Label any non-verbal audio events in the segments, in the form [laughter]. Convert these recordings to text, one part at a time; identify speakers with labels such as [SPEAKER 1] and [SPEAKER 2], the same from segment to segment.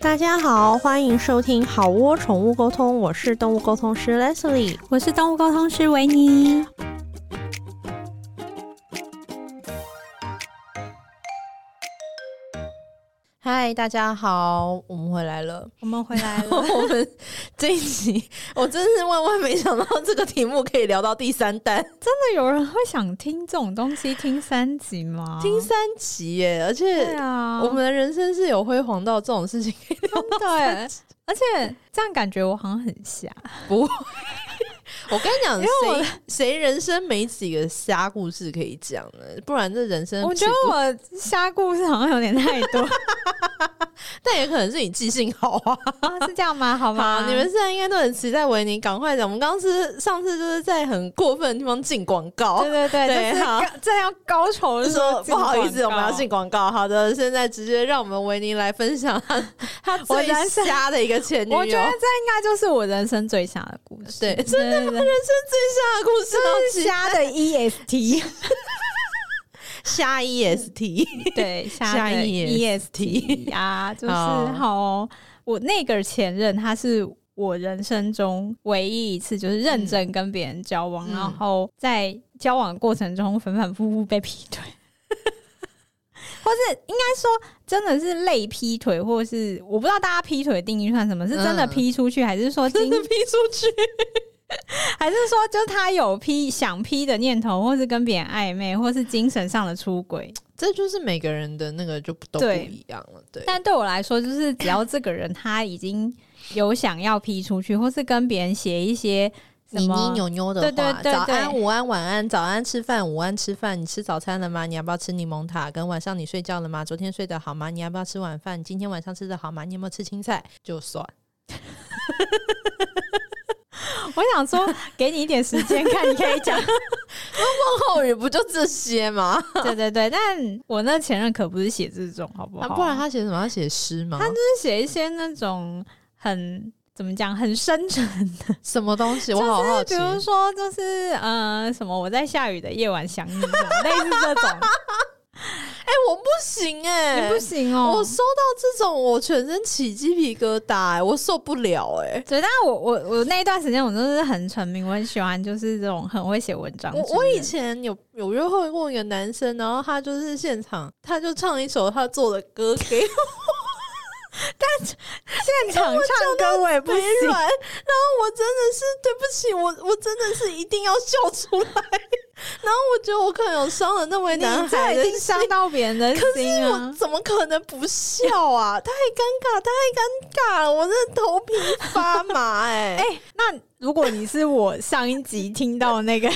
[SPEAKER 1] 大家好，欢迎收听好窝宠物沟通，我是动物沟通师 Leslie。
[SPEAKER 2] 我是动物沟通师维尼。
[SPEAKER 1] 嗨，大家好，我们回来 [laughs] 了。
[SPEAKER 2] [laughs] 我们回来了，
[SPEAKER 1] 我们这一集，我真是万万没想到这个题目可以聊到第三 [laughs] 弹，
[SPEAKER 2] 真的有人会想听这种东西，听三集吗？
[SPEAKER 1] 听三集耶！而
[SPEAKER 2] 对
[SPEAKER 1] 且
[SPEAKER 2] 啊，
[SPEAKER 1] 我们的人生是有辉煌到这种事情，
[SPEAKER 2] 真的耶，而且这样感觉我好像很瞎，
[SPEAKER 1] 我跟你讲，
[SPEAKER 2] 因为我
[SPEAKER 1] 谁谁人生没几个瞎故事可以讲呢？不然这人生
[SPEAKER 2] 我觉得我瞎故事好像有点太
[SPEAKER 1] [laughs]
[SPEAKER 2] 多
[SPEAKER 1] 但也可能是你记性好啊。
[SPEAKER 2] 啊，是这样吗？好
[SPEAKER 1] 好
[SPEAKER 2] 吗？
[SPEAKER 1] 你们现在应该都很期待维尼赶快讲。我们刚刚是上次就是在很过分的地方进广告
[SPEAKER 2] 对，
[SPEAKER 1] 哦
[SPEAKER 2] 对对，
[SPEAKER 1] 对
[SPEAKER 2] 就是
[SPEAKER 1] 好
[SPEAKER 2] 高这样高潮
[SPEAKER 1] 我
[SPEAKER 2] 的
[SPEAKER 1] 就
[SPEAKER 2] 时候
[SPEAKER 1] 说
[SPEAKER 2] 进
[SPEAKER 1] 不好意思，我
[SPEAKER 2] 广
[SPEAKER 1] 们
[SPEAKER 2] 告
[SPEAKER 1] 要进广告。好的，现在直接让我们维尼来分享他他
[SPEAKER 2] 我
[SPEAKER 1] 最
[SPEAKER 2] 人生
[SPEAKER 1] 瞎的一个前女友，
[SPEAKER 2] 我觉得这应该就是我人生最瞎的故事，
[SPEAKER 1] 对
[SPEAKER 2] 真的人
[SPEAKER 1] 这
[SPEAKER 2] 生
[SPEAKER 1] 是最瞎的故事，
[SPEAKER 2] 瞎的 EST，
[SPEAKER 1] [laughs] 瞎 E EST。 [laughs]
[SPEAKER 2] 对，
[SPEAKER 1] 瞎
[SPEAKER 2] 瞎的
[SPEAKER 1] EST
[SPEAKER 2] EST ，E 啊，就
[SPEAKER 1] ，E
[SPEAKER 2] 是
[SPEAKER 1] 好
[SPEAKER 2] 好哦、我那个前任他是。我人生中唯一一次就是认真跟别人交往，
[SPEAKER 1] 嗯
[SPEAKER 2] 然后在交往的过程中反反复复被劈腿， [laughs] 或是应该说真的是累劈腿，或是我不知道大家劈腿的定义算什么，是真的
[SPEAKER 1] 嗯
[SPEAKER 2] 劈出去，还是说
[SPEAKER 1] 真
[SPEAKER 2] 经
[SPEAKER 1] 的劈出去，
[SPEAKER 2] [laughs] 还是说，就是他有批想批的念头，或是跟别人暧昧，或是精神上的出轨。
[SPEAKER 1] 这就是每个人的那个就不都不
[SPEAKER 2] 对
[SPEAKER 1] 一样了，对。
[SPEAKER 2] 但对我来说，就是只要这个人他已经有想要批出去，或是跟别人写一些什
[SPEAKER 1] 泥
[SPEAKER 2] 么
[SPEAKER 1] 泥扭扭的话，
[SPEAKER 2] 对对对
[SPEAKER 1] 早安、
[SPEAKER 2] 对
[SPEAKER 1] 午安、晚安，早安吃饭，午安吃饭，你吃早餐了吗？你要不要吃柠檬塔？跟晚上你睡觉了吗？昨天睡得好吗？你要不要吃晚饭？今天晚上吃的好吗？你有没有吃青菜？就
[SPEAKER 2] [laughs]
[SPEAKER 1] 算
[SPEAKER 2] 我想说，给你一点时间看，你可以
[SPEAKER 1] [laughs]
[SPEAKER 2] 讲。
[SPEAKER 1] 问
[SPEAKER 2] 哦
[SPEAKER 1] 候语不就这些 [laughs] 吗？
[SPEAKER 2] 对对对，但我那前任可不是写这种，好不好？
[SPEAKER 1] 啊，不然他写什么？他写诗吗？
[SPEAKER 2] 他就是写一些那种很怎么讲，很深沉的，
[SPEAKER 1] 什么东西？
[SPEAKER 2] 就
[SPEAKER 1] 我好好
[SPEAKER 2] 是
[SPEAKER 1] 奇
[SPEAKER 2] 比。如说，就是呃，什么我在下雨的夜晚想你，这种类似这
[SPEAKER 1] [laughs]
[SPEAKER 2] 种。
[SPEAKER 1] 哎、我不行哎、
[SPEAKER 2] 你不行哦，
[SPEAKER 1] 我收到这种，我全身起鸡皮疙瘩、哎，我受不了哎、
[SPEAKER 2] 对，但我我我那一段时间我都是很沉迷，我很喜欢就是这种很会写文章之
[SPEAKER 1] 我
[SPEAKER 2] 类的。
[SPEAKER 1] 我以前有有约会过一个男生，然后他就是现场，他就唱一首他做的歌给我 [laughs]
[SPEAKER 2] 现场唱歌我也 [laughs] 不
[SPEAKER 1] 微
[SPEAKER 2] 行，
[SPEAKER 1] 软，然
[SPEAKER 2] 啊
[SPEAKER 1] 后我真的是对不起，我我真的是一定要笑出来， [laughs] 然后我觉得我可能有伤了那位男
[SPEAKER 2] 你这
[SPEAKER 1] 孩
[SPEAKER 2] 已
[SPEAKER 1] 的
[SPEAKER 2] 经
[SPEAKER 1] 心
[SPEAKER 2] 伤。到别人的
[SPEAKER 1] 可是
[SPEAKER 2] 心
[SPEAKER 1] 我
[SPEAKER 2] 啊！
[SPEAKER 1] 怎么可能不笑啊？太尴尬，太尴尬了，我这头皮发麻
[SPEAKER 2] [laughs]
[SPEAKER 1] 哎、哎、
[SPEAKER 2] 那如果你是我上一集听到
[SPEAKER 1] [laughs]
[SPEAKER 2] 那个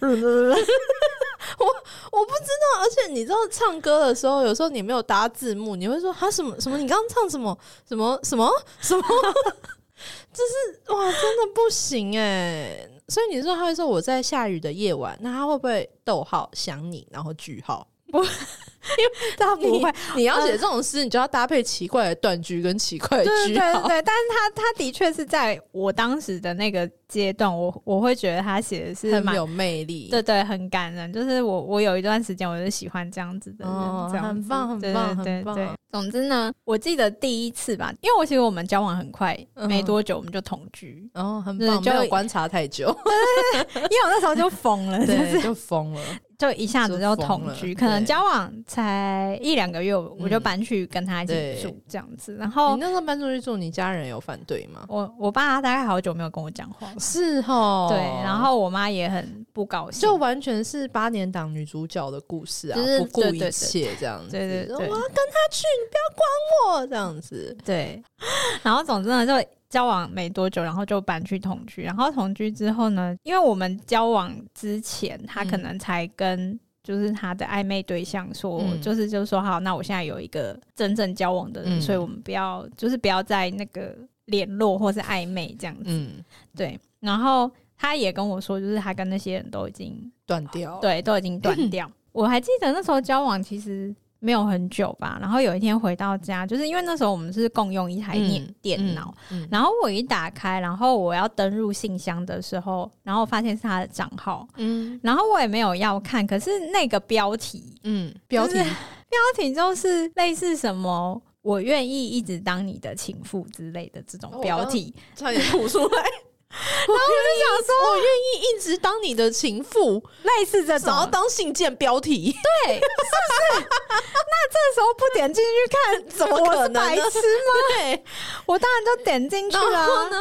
[SPEAKER 1] 嗯我不知道，而且你知道唱歌的时候，有时候你没有搭字幕，你会说他什么什么，你刚刚唱什么什么什么什么， [laughs] 就是哇，真的不行哎、所以你说他会说我在下雨的夜晚，那他会不会逗号想你，然后句号？
[SPEAKER 2] 他
[SPEAKER 1] 你
[SPEAKER 2] 不会，呃
[SPEAKER 1] 你要写这种诗，你就要搭配奇怪的断句跟奇怪的
[SPEAKER 2] [laughs] 对对
[SPEAKER 1] 句
[SPEAKER 2] 对
[SPEAKER 1] 号。
[SPEAKER 2] 对，但是他他的确是在我当时的那个阶段，我我会觉得他写的是
[SPEAKER 1] 很
[SPEAKER 2] 蛮
[SPEAKER 1] 有魅力，
[SPEAKER 2] 对对，很感人。就是我，我有一段时间我就喜欢这样子的人，
[SPEAKER 1] 哦
[SPEAKER 2] 这样
[SPEAKER 1] 很
[SPEAKER 2] 子
[SPEAKER 1] 棒很
[SPEAKER 2] 对
[SPEAKER 1] 棒
[SPEAKER 2] 对
[SPEAKER 1] 很
[SPEAKER 2] 对对
[SPEAKER 1] 棒。
[SPEAKER 2] 总之呢，我记得第一次吧，因为我其实我们交往很快，没
[SPEAKER 1] 嗯，
[SPEAKER 2] 多久我们就同居
[SPEAKER 1] 哦，很
[SPEAKER 2] 对
[SPEAKER 1] 棒，没
[SPEAKER 2] 就
[SPEAKER 1] 有观察太
[SPEAKER 2] [laughs]
[SPEAKER 1] 久，
[SPEAKER 2] 因为我那时候就疯了，就是
[SPEAKER 1] [laughs] 对，就疯了。
[SPEAKER 2] 就一下子
[SPEAKER 1] 就
[SPEAKER 2] 就
[SPEAKER 1] 疯
[SPEAKER 2] 同
[SPEAKER 1] 了
[SPEAKER 2] 居，可能
[SPEAKER 1] 对
[SPEAKER 2] 交往才一两个月，我我就
[SPEAKER 1] 嗯
[SPEAKER 2] 搬去跟他一
[SPEAKER 1] 对
[SPEAKER 2] 起住这样子。然后
[SPEAKER 1] 你那时候搬出去住，你家人有反对吗？
[SPEAKER 2] 我我爸大概好久没有跟我讲话了，
[SPEAKER 1] 是哦，
[SPEAKER 2] 对，然后我妈也很不高兴，
[SPEAKER 1] 就完全是八年档女主角的故事啊，
[SPEAKER 2] 就是
[SPEAKER 1] 不顾
[SPEAKER 2] 对对
[SPEAKER 1] 一
[SPEAKER 2] 对
[SPEAKER 1] 切这样子。
[SPEAKER 2] 对对对
[SPEAKER 1] 我要跟他去，你不要管我这样子。
[SPEAKER 2] 对， [laughs] 然后总之呢，就交往没多久，然后就搬去同居。然后同居之后呢，因为我们交往之前，他可
[SPEAKER 1] 嗯
[SPEAKER 2] 能才跟就是他的暧昧对象说，
[SPEAKER 1] 嗯
[SPEAKER 2] 就是就是说好，那我现在有一个真正交往的人，
[SPEAKER 1] 嗯
[SPEAKER 2] 所以我们不要就是不要再那个联络或是暧昧这样子。
[SPEAKER 1] 嗯，
[SPEAKER 2] 对，然后他也跟我说，就是他跟那些人都已经
[SPEAKER 1] 断掉。，
[SPEAKER 2] 对，都已经断掉。 [clears throat] 我还记得那时候交往其实没有很久吧，然后有一天回到家，就是因为那时候我们是共用一台电、
[SPEAKER 1] 嗯
[SPEAKER 2] 电脑，
[SPEAKER 1] 嗯，
[SPEAKER 2] 然后我一打开，然后我要登入信箱的时候，然后发现是他的账号，
[SPEAKER 1] 嗯
[SPEAKER 2] 然后我也没有要看，可是那个标题
[SPEAKER 1] 嗯，标题
[SPEAKER 2] 标题就是类似什么。我愿意一直当你的情妇之类的这
[SPEAKER 1] 哦
[SPEAKER 2] 种
[SPEAKER 1] 我
[SPEAKER 2] 标
[SPEAKER 1] 刚
[SPEAKER 2] 题，
[SPEAKER 1] 差点吐出
[SPEAKER 2] [laughs]
[SPEAKER 1] 来。然后我就想 [laughs] 说，我愿意一直当你的情妇，
[SPEAKER 2] 类似这种
[SPEAKER 1] 然后当信件标题，
[SPEAKER 2] 对，是不是？那这时候不点进去看，
[SPEAKER 1] [laughs] 怎么
[SPEAKER 2] 我
[SPEAKER 1] 可
[SPEAKER 2] 是
[SPEAKER 1] 能
[SPEAKER 2] 白
[SPEAKER 1] 呢
[SPEAKER 2] 痴吗？
[SPEAKER 1] 对，
[SPEAKER 2] 我当然就点进去
[SPEAKER 1] 然
[SPEAKER 2] 了
[SPEAKER 1] 后
[SPEAKER 2] 啊。
[SPEAKER 1] 呢？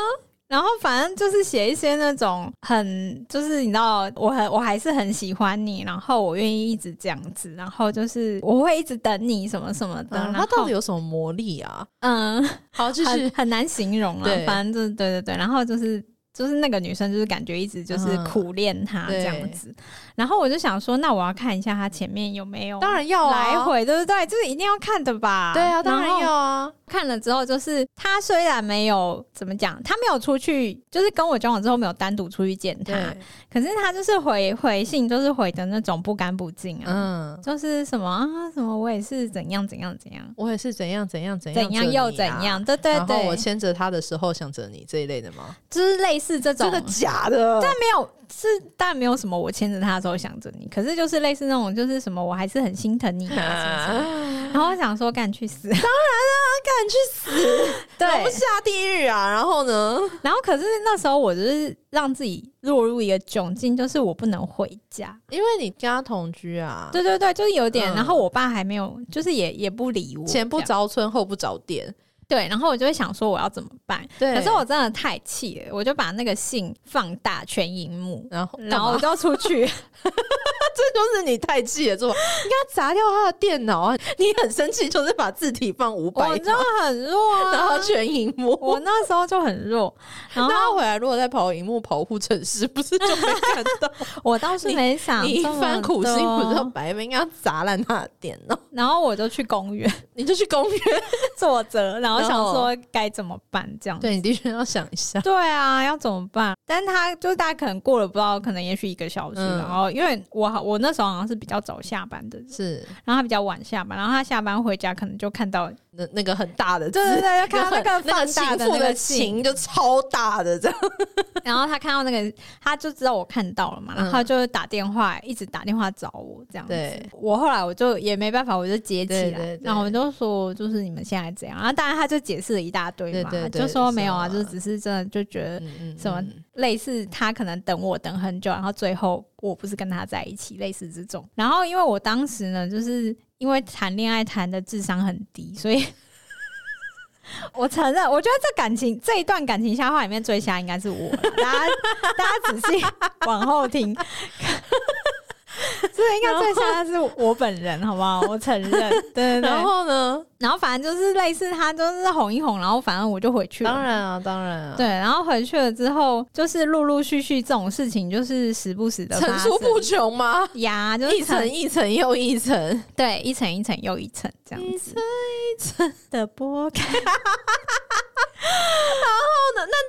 [SPEAKER 2] 然后反正就是写一些那种很，就是你知道，我很我还是很喜欢你，然后我愿意一直这样子，然后就是我会一直等你什么什么的。
[SPEAKER 1] 嗯，
[SPEAKER 2] 然后
[SPEAKER 1] 它到底有什么魔力啊？
[SPEAKER 2] 嗯，
[SPEAKER 1] 好，继
[SPEAKER 2] 很
[SPEAKER 1] 续。
[SPEAKER 2] 很难形容啊
[SPEAKER 1] 对。
[SPEAKER 2] 反正就是对对对，然后就是就是那个女生就是感觉一直就是
[SPEAKER 1] 嗯
[SPEAKER 2] 苦恋他
[SPEAKER 1] 对
[SPEAKER 2] 这样子。然后我就想说，那我要看一下他前面有没有
[SPEAKER 1] 当然要啊
[SPEAKER 2] 来回，对不对？就是一定要看的吧？
[SPEAKER 1] 对啊，当然
[SPEAKER 2] 后
[SPEAKER 1] 要啊。
[SPEAKER 2] 看了之后，就是他虽然没有怎么讲，他没有出去，就是跟我交往之后没有单独出去见他，
[SPEAKER 1] 对，
[SPEAKER 2] 可是他就是回回信，就是回的那种不干不净啊，
[SPEAKER 1] 嗯，
[SPEAKER 2] 就是什么啊什么，我也是怎样怎样怎样。
[SPEAKER 1] 我也是怎样怎样怎样
[SPEAKER 2] 怎样又
[SPEAKER 1] 着
[SPEAKER 2] 怎
[SPEAKER 1] 你啊。
[SPEAKER 2] 样，对对
[SPEAKER 1] 然后
[SPEAKER 2] 对，
[SPEAKER 1] 我牵着他的时候想着你这一类的吗？
[SPEAKER 2] 就是类似这种，
[SPEAKER 1] 假的？ [laughs]
[SPEAKER 2] 但没有是，但没有什么我牵着他的时候想着你，可是就是类似那种，就是什么我还是很心疼你啊，什么什么的
[SPEAKER 1] [laughs] 啊！
[SPEAKER 2] 然后我想说干去死，
[SPEAKER 1] 敢啊去死，
[SPEAKER 2] [laughs] 对，
[SPEAKER 1] 我不下地狱啊！然后呢？
[SPEAKER 2] 然后可是那时候我就是让自己落入一个窘境，就是我不能回家，
[SPEAKER 1] 因为你跟他同居啊，
[SPEAKER 2] 对对对，就是有点，
[SPEAKER 1] 嗯
[SPEAKER 2] 然后我爸还没有，就是也也不理我，
[SPEAKER 1] 前不
[SPEAKER 2] 这样
[SPEAKER 1] 着村后不着店，
[SPEAKER 2] 对，然后我就会想说我要怎么办，
[SPEAKER 1] 对
[SPEAKER 2] 可是我真的太气了，我就把那个信放大全荧幕。
[SPEAKER 1] 然后
[SPEAKER 2] 然后我
[SPEAKER 1] 干嘛
[SPEAKER 2] 就要出去，
[SPEAKER 1] [laughs] 这就是你太气了，做法你给他砸掉他的电脑啊！你很生气，就是把字体放五百
[SPEAKER 2] 我，真的很弱啊！
[SPEAKER 1] 然后全荧 [laughs] 幕。
[SPEAKER 2] [laughs] 我那时候就很弱，然
[SPEAKER 1] 那
[SPEAKER 2] 后
[SPEAKER 1] 他回来如果再跑荧幕跑护城市，不是就没看到？
[SPEAKER 2] 我倒是没想
[SPEAKER 1] 你一
[SPEAKER 2] 这么
[SPEAKER 1] 番苦心，
[SPEAKER 2] 多
[SPEAKER 1] 不知道白费，应该要砸烂他的电脑。
[SPEAKER 2] 然后我就去公园 [laughs]
[SPEAKER 1] 你就去公园，
[SPEAKER 2] 坐着，然后
[SPEAKER 1] 然
[SPEAKER 2] 想
[SPEAKER 1] 后
[SPEAKER 2] 说该怎么办这样。
[SPEAKER 1] 对你的确要想一下。
[SPEAKER 2] [laughs] 对啊，要怎么办？但他就是大家可能过了不知道，可能也许一个小时，
[SPEAKER 1] 嗯
[SPEAKER 2] 然后因为我好我那时候好像是比较早下班的
[SPEAKER 1] [laughs]
[SPEAKER 2] 人，
[SPEAKER 1] 是
[SPEAKER 2] 然后他比较晚下班，然后他下班回家可能就看到，
[SPEAKER 1] 那那个很大的字，
[SPEAKER 2] 对 [laughs] 对对，就
[SPEAKER 1] [laughs]
[SPEAKER 2] 看到
[SPEAKER 1] 那
[SPEAKER 2] 那个放大
[SPEAKER 1] 情
[SPEAKER 2] 的
[SPEAKER 1] 妇
[SPEAKER 2] 那
[SPEAKER 1] 的
[SPEAKER 2] 个信，
[SPEAKER 1] 情就超大的这样，
[SPEAKER 2] [laughs] 然后他看到那个，他就知道我看到了嘛，
[SPEAKER 1] 嗯
[SPEAKER 2] 然后他就打电话，一直打电话找我这样子
[SPEAKER 1] 对。
[SPEAKER 2] 我后来我就也没办法，我就接起来，
[SPEAKER 1] 对对对
[SPEAKER 2] 然后我就说就是你们现在这样，然后当然他就解释了一大堆嘛，
[SPEAKER 1] 对对对
[SPEAKER 2] 就说没有啊，
[SPEAKER 1] 是
[SPEAKER 2] 就
[SPEAKER 1] 啊
[SPEAKER 2] 是只是真的就觉得
[SPEAKER 1] 嗯嗯
[SPEAKER 2] 什么类似他可能等我等很久，然后最后我不是跟他在一起，类似这种。然后因为我当时呢，就是因为谈恋爱谈的智商很低，所以。 [laughs] 我承认，我觉得这感情这一段感情瞎话里面最瞎应该是我啦，大家大家仔细往后听， [laughs] 这应该最瞎的是我本人，好不好？我承认，对对对。
[SPEAKER 1] [laughs] 然后呢？
[SPEAKER 2] 然后反正就是类似他就是哄一哄，然后反正我就回去了嘛。
[SPEAKER 1] 当然啊，当然啊，
[SPEAKER 2] 对，然后回去了之后，就是陆陆续续这种事情，就是时不时的
[SPEAKER 1] 层出不穷吗？
[SPEAKER 2] 呀，就是
[SPEAKER 1] 一层一层又一层，
[SPEAKER 2] 对一层一层又一层这样子的剥开。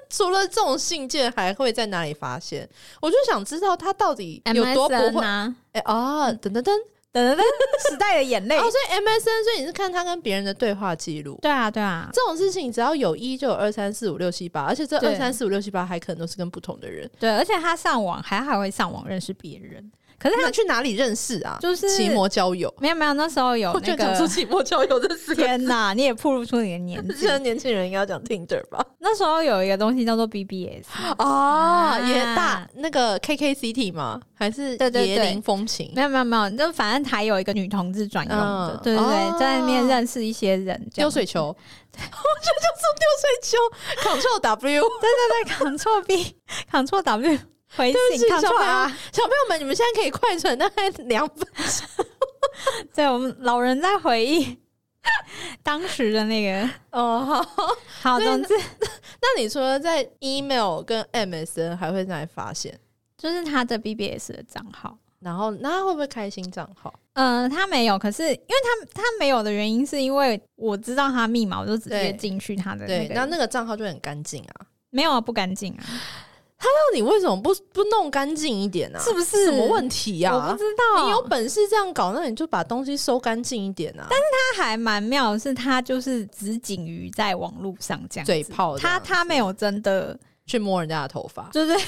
[SPEAKER 1] 除了这种信件，还会在哪里发现？我就想知道他到底 [laughs] 有多不
[SPEAKER 2] MSN
[SPEAKER 1] 会。
[SPEAKER 2] 啊，
[SPEAKER 1] 哎啊，等 [laughs] 等等，
[SPEAKER 2] 等等等，时代的眼泪
[SPEAKER 1] 哦，。所以 MSN，所以你是看他跟别人的对话记录。
[SPEAKER 2] 对啊，对啊，
[SPEAKER 1] 这种事情只要有一就有二三四五六七八，而且这
[SPEAKER 2] 对
[SPEAKER 1] 二三四五六七八还可能都是跟不同的人。
[SPEAKER 2] 对，而且他上网还还会上网认识别人，可是
[SPEAKER 1] 那去哪里认识啊？
[SPEAKER 2] 就是
[SPEAKER 1] 奇摩交友，
[SPEAKER 2] 没有没有，那时候有
[SPEAKER 1] 我居
[SPEAKER 2] 那
[SPEAKER 1] 然讲出
[SPEAKER 2] 个。
[SPEAKER 1] 奇摩交友这四个字
[SPEAKER 2] 天呐，你也暴露出你的年纪
[SPEAKER 1] 现。在年轻人应该要讲 Tinder 吧？
[SPEAKER 2] 那时候有一个东西叫做 BBS，
[SPEAKER 1] [gasps] 哦，
[SPEAKER 2] 啊
[SPEAKER 1] 也大那个 KKCT 吗？还是
[SPEAKER 2] 对对对
[SPEAKER 1] 椰林风情？
[SPEAKER 2] 没有没有没有，就反正还有一个女同志专用的，
[SPEAKER 1] 嗯
[SPEAKER 2] 对对对，
[SPEAKER 1] 哦
[SPEAKER 2] 在那边认识一些人，
[SPEAKER 1] 丢水 [laughs] 球，我就就说丢水球，Ctrl W。
[SPEAKER 2] 对对对，Ctrl [laughs] B Ctrl W 回
[SPEAKER 1] 对不
[SPEAKER 2] 信
[SPEAKER 1] 起，小
[SPEAKER 2] ，Ctrl
[SPEAKER 1] 朋
[SPEAKER 2] R，
[SPEAKER 1] 友，小朋友们，你们现在可以快传大概两分
[SPEAKER 2] 对我们老人在回忆 [laughs] 当时的那个。
[SPEAKER 1] 哦。好
[SPEAKER 2] 好，
[SPEAKER 1] 对
[SPEAKER 2] 总之
[SPEAKER 1] 那你除了在 email 跟 MSN 还会在哪里发现？
[SPEAKER 2] 就是他的 BBS 的账号。
[SPEAKER 1] 然后那他会不会开新账号？
[SPEAKER 2] 嗯、他没有，可是因为他他没有的原因，是因为我知道他密码，我就直
[SPEAKER 1] 对
[SPEAKER 2] 接进去他的那
[SPEAKER 1] 对，
[SPEAKER 2] 个。
[SPEAKER 1] 那那个账号就很干净啊。
[SPEAKER 2] 没有啊，不干净啊，
[SPEAKER 1] 那你为什么不不弄干净一点呢、啊？
[SPEAKER 2] 是不是
[SPEAKER 1] 什么问题呀、
[SPEAKER 2] 我
[SPEAKER 1] 啊
[SPEAKER 2] 不？知道。
[SPEAKER 1] 你有本事这样搞，那你就把东西收干净一点啊！但是
[SPEAKER 2] 他还蛮妙的是，他就是只仅于在网络上这样子
[SPEAKER 1] 嘴炮这
[SPEAKER 2] 他
[SPEAKER 1] 样
[SPEAKER 2] 他没有真的，
[SPEAKER 1] 去摸人家的头发，
[SPEAKER 2] 就是 [laughs]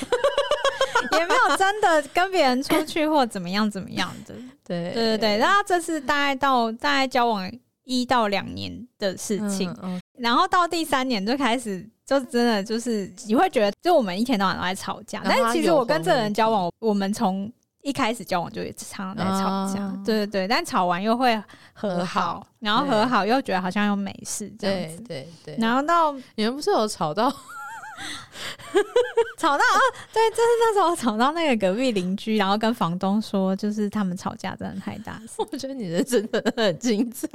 [SPEAKER 2] 也没有真的跟别人出去或怎么样怎么样的。
[SPEAKER 1] [laughs] 对
[SPEAKER 2] 对对对，然后这次大概到大概交往一到两年的事情，
[SPEAKER 1] 嗯
[SPEAKER 2] 然后到第三年就开始。就真的就是你会觉得，就我们一天到晚都在吵架，
[SPEAKER 1] 然后
[SPEAKER 2] 但是其实
[SPEAKER 1] 他有
[SPEAKER 2] 我跟这个人
[SPEAKER 1] 红
[SPEAKER 2] 交往，我们从一开始交往就常常在吵架，
[SPEAKER 1] 啊
[SPEAKER 2] 对对对，但吵完又会和好，
[SPEAKER 1] 和好
[SPEAKER 2] 然后
[SPEAKER 1] 对
[SPEAKER 2] 和好又觉得好像又没事这样
[SPEAKER 1] 对
[SPEAKER 2] 子，
[SPEAKER 1] 对对，
[SPEAKER 2] 然后到
[SPEAKER 1] 你们不是有吵到？ [laughs]
[SPEAKER 2] 吵到啊，对，就是那时候吵到那个隔壁邻居，然后跟房东说，就是他们吵架真的太大
[SPEAKER 1] [laughs]
[SPEAKER 2] 声。
[SPEAKER 1] 我觉得你人生真的很精彩。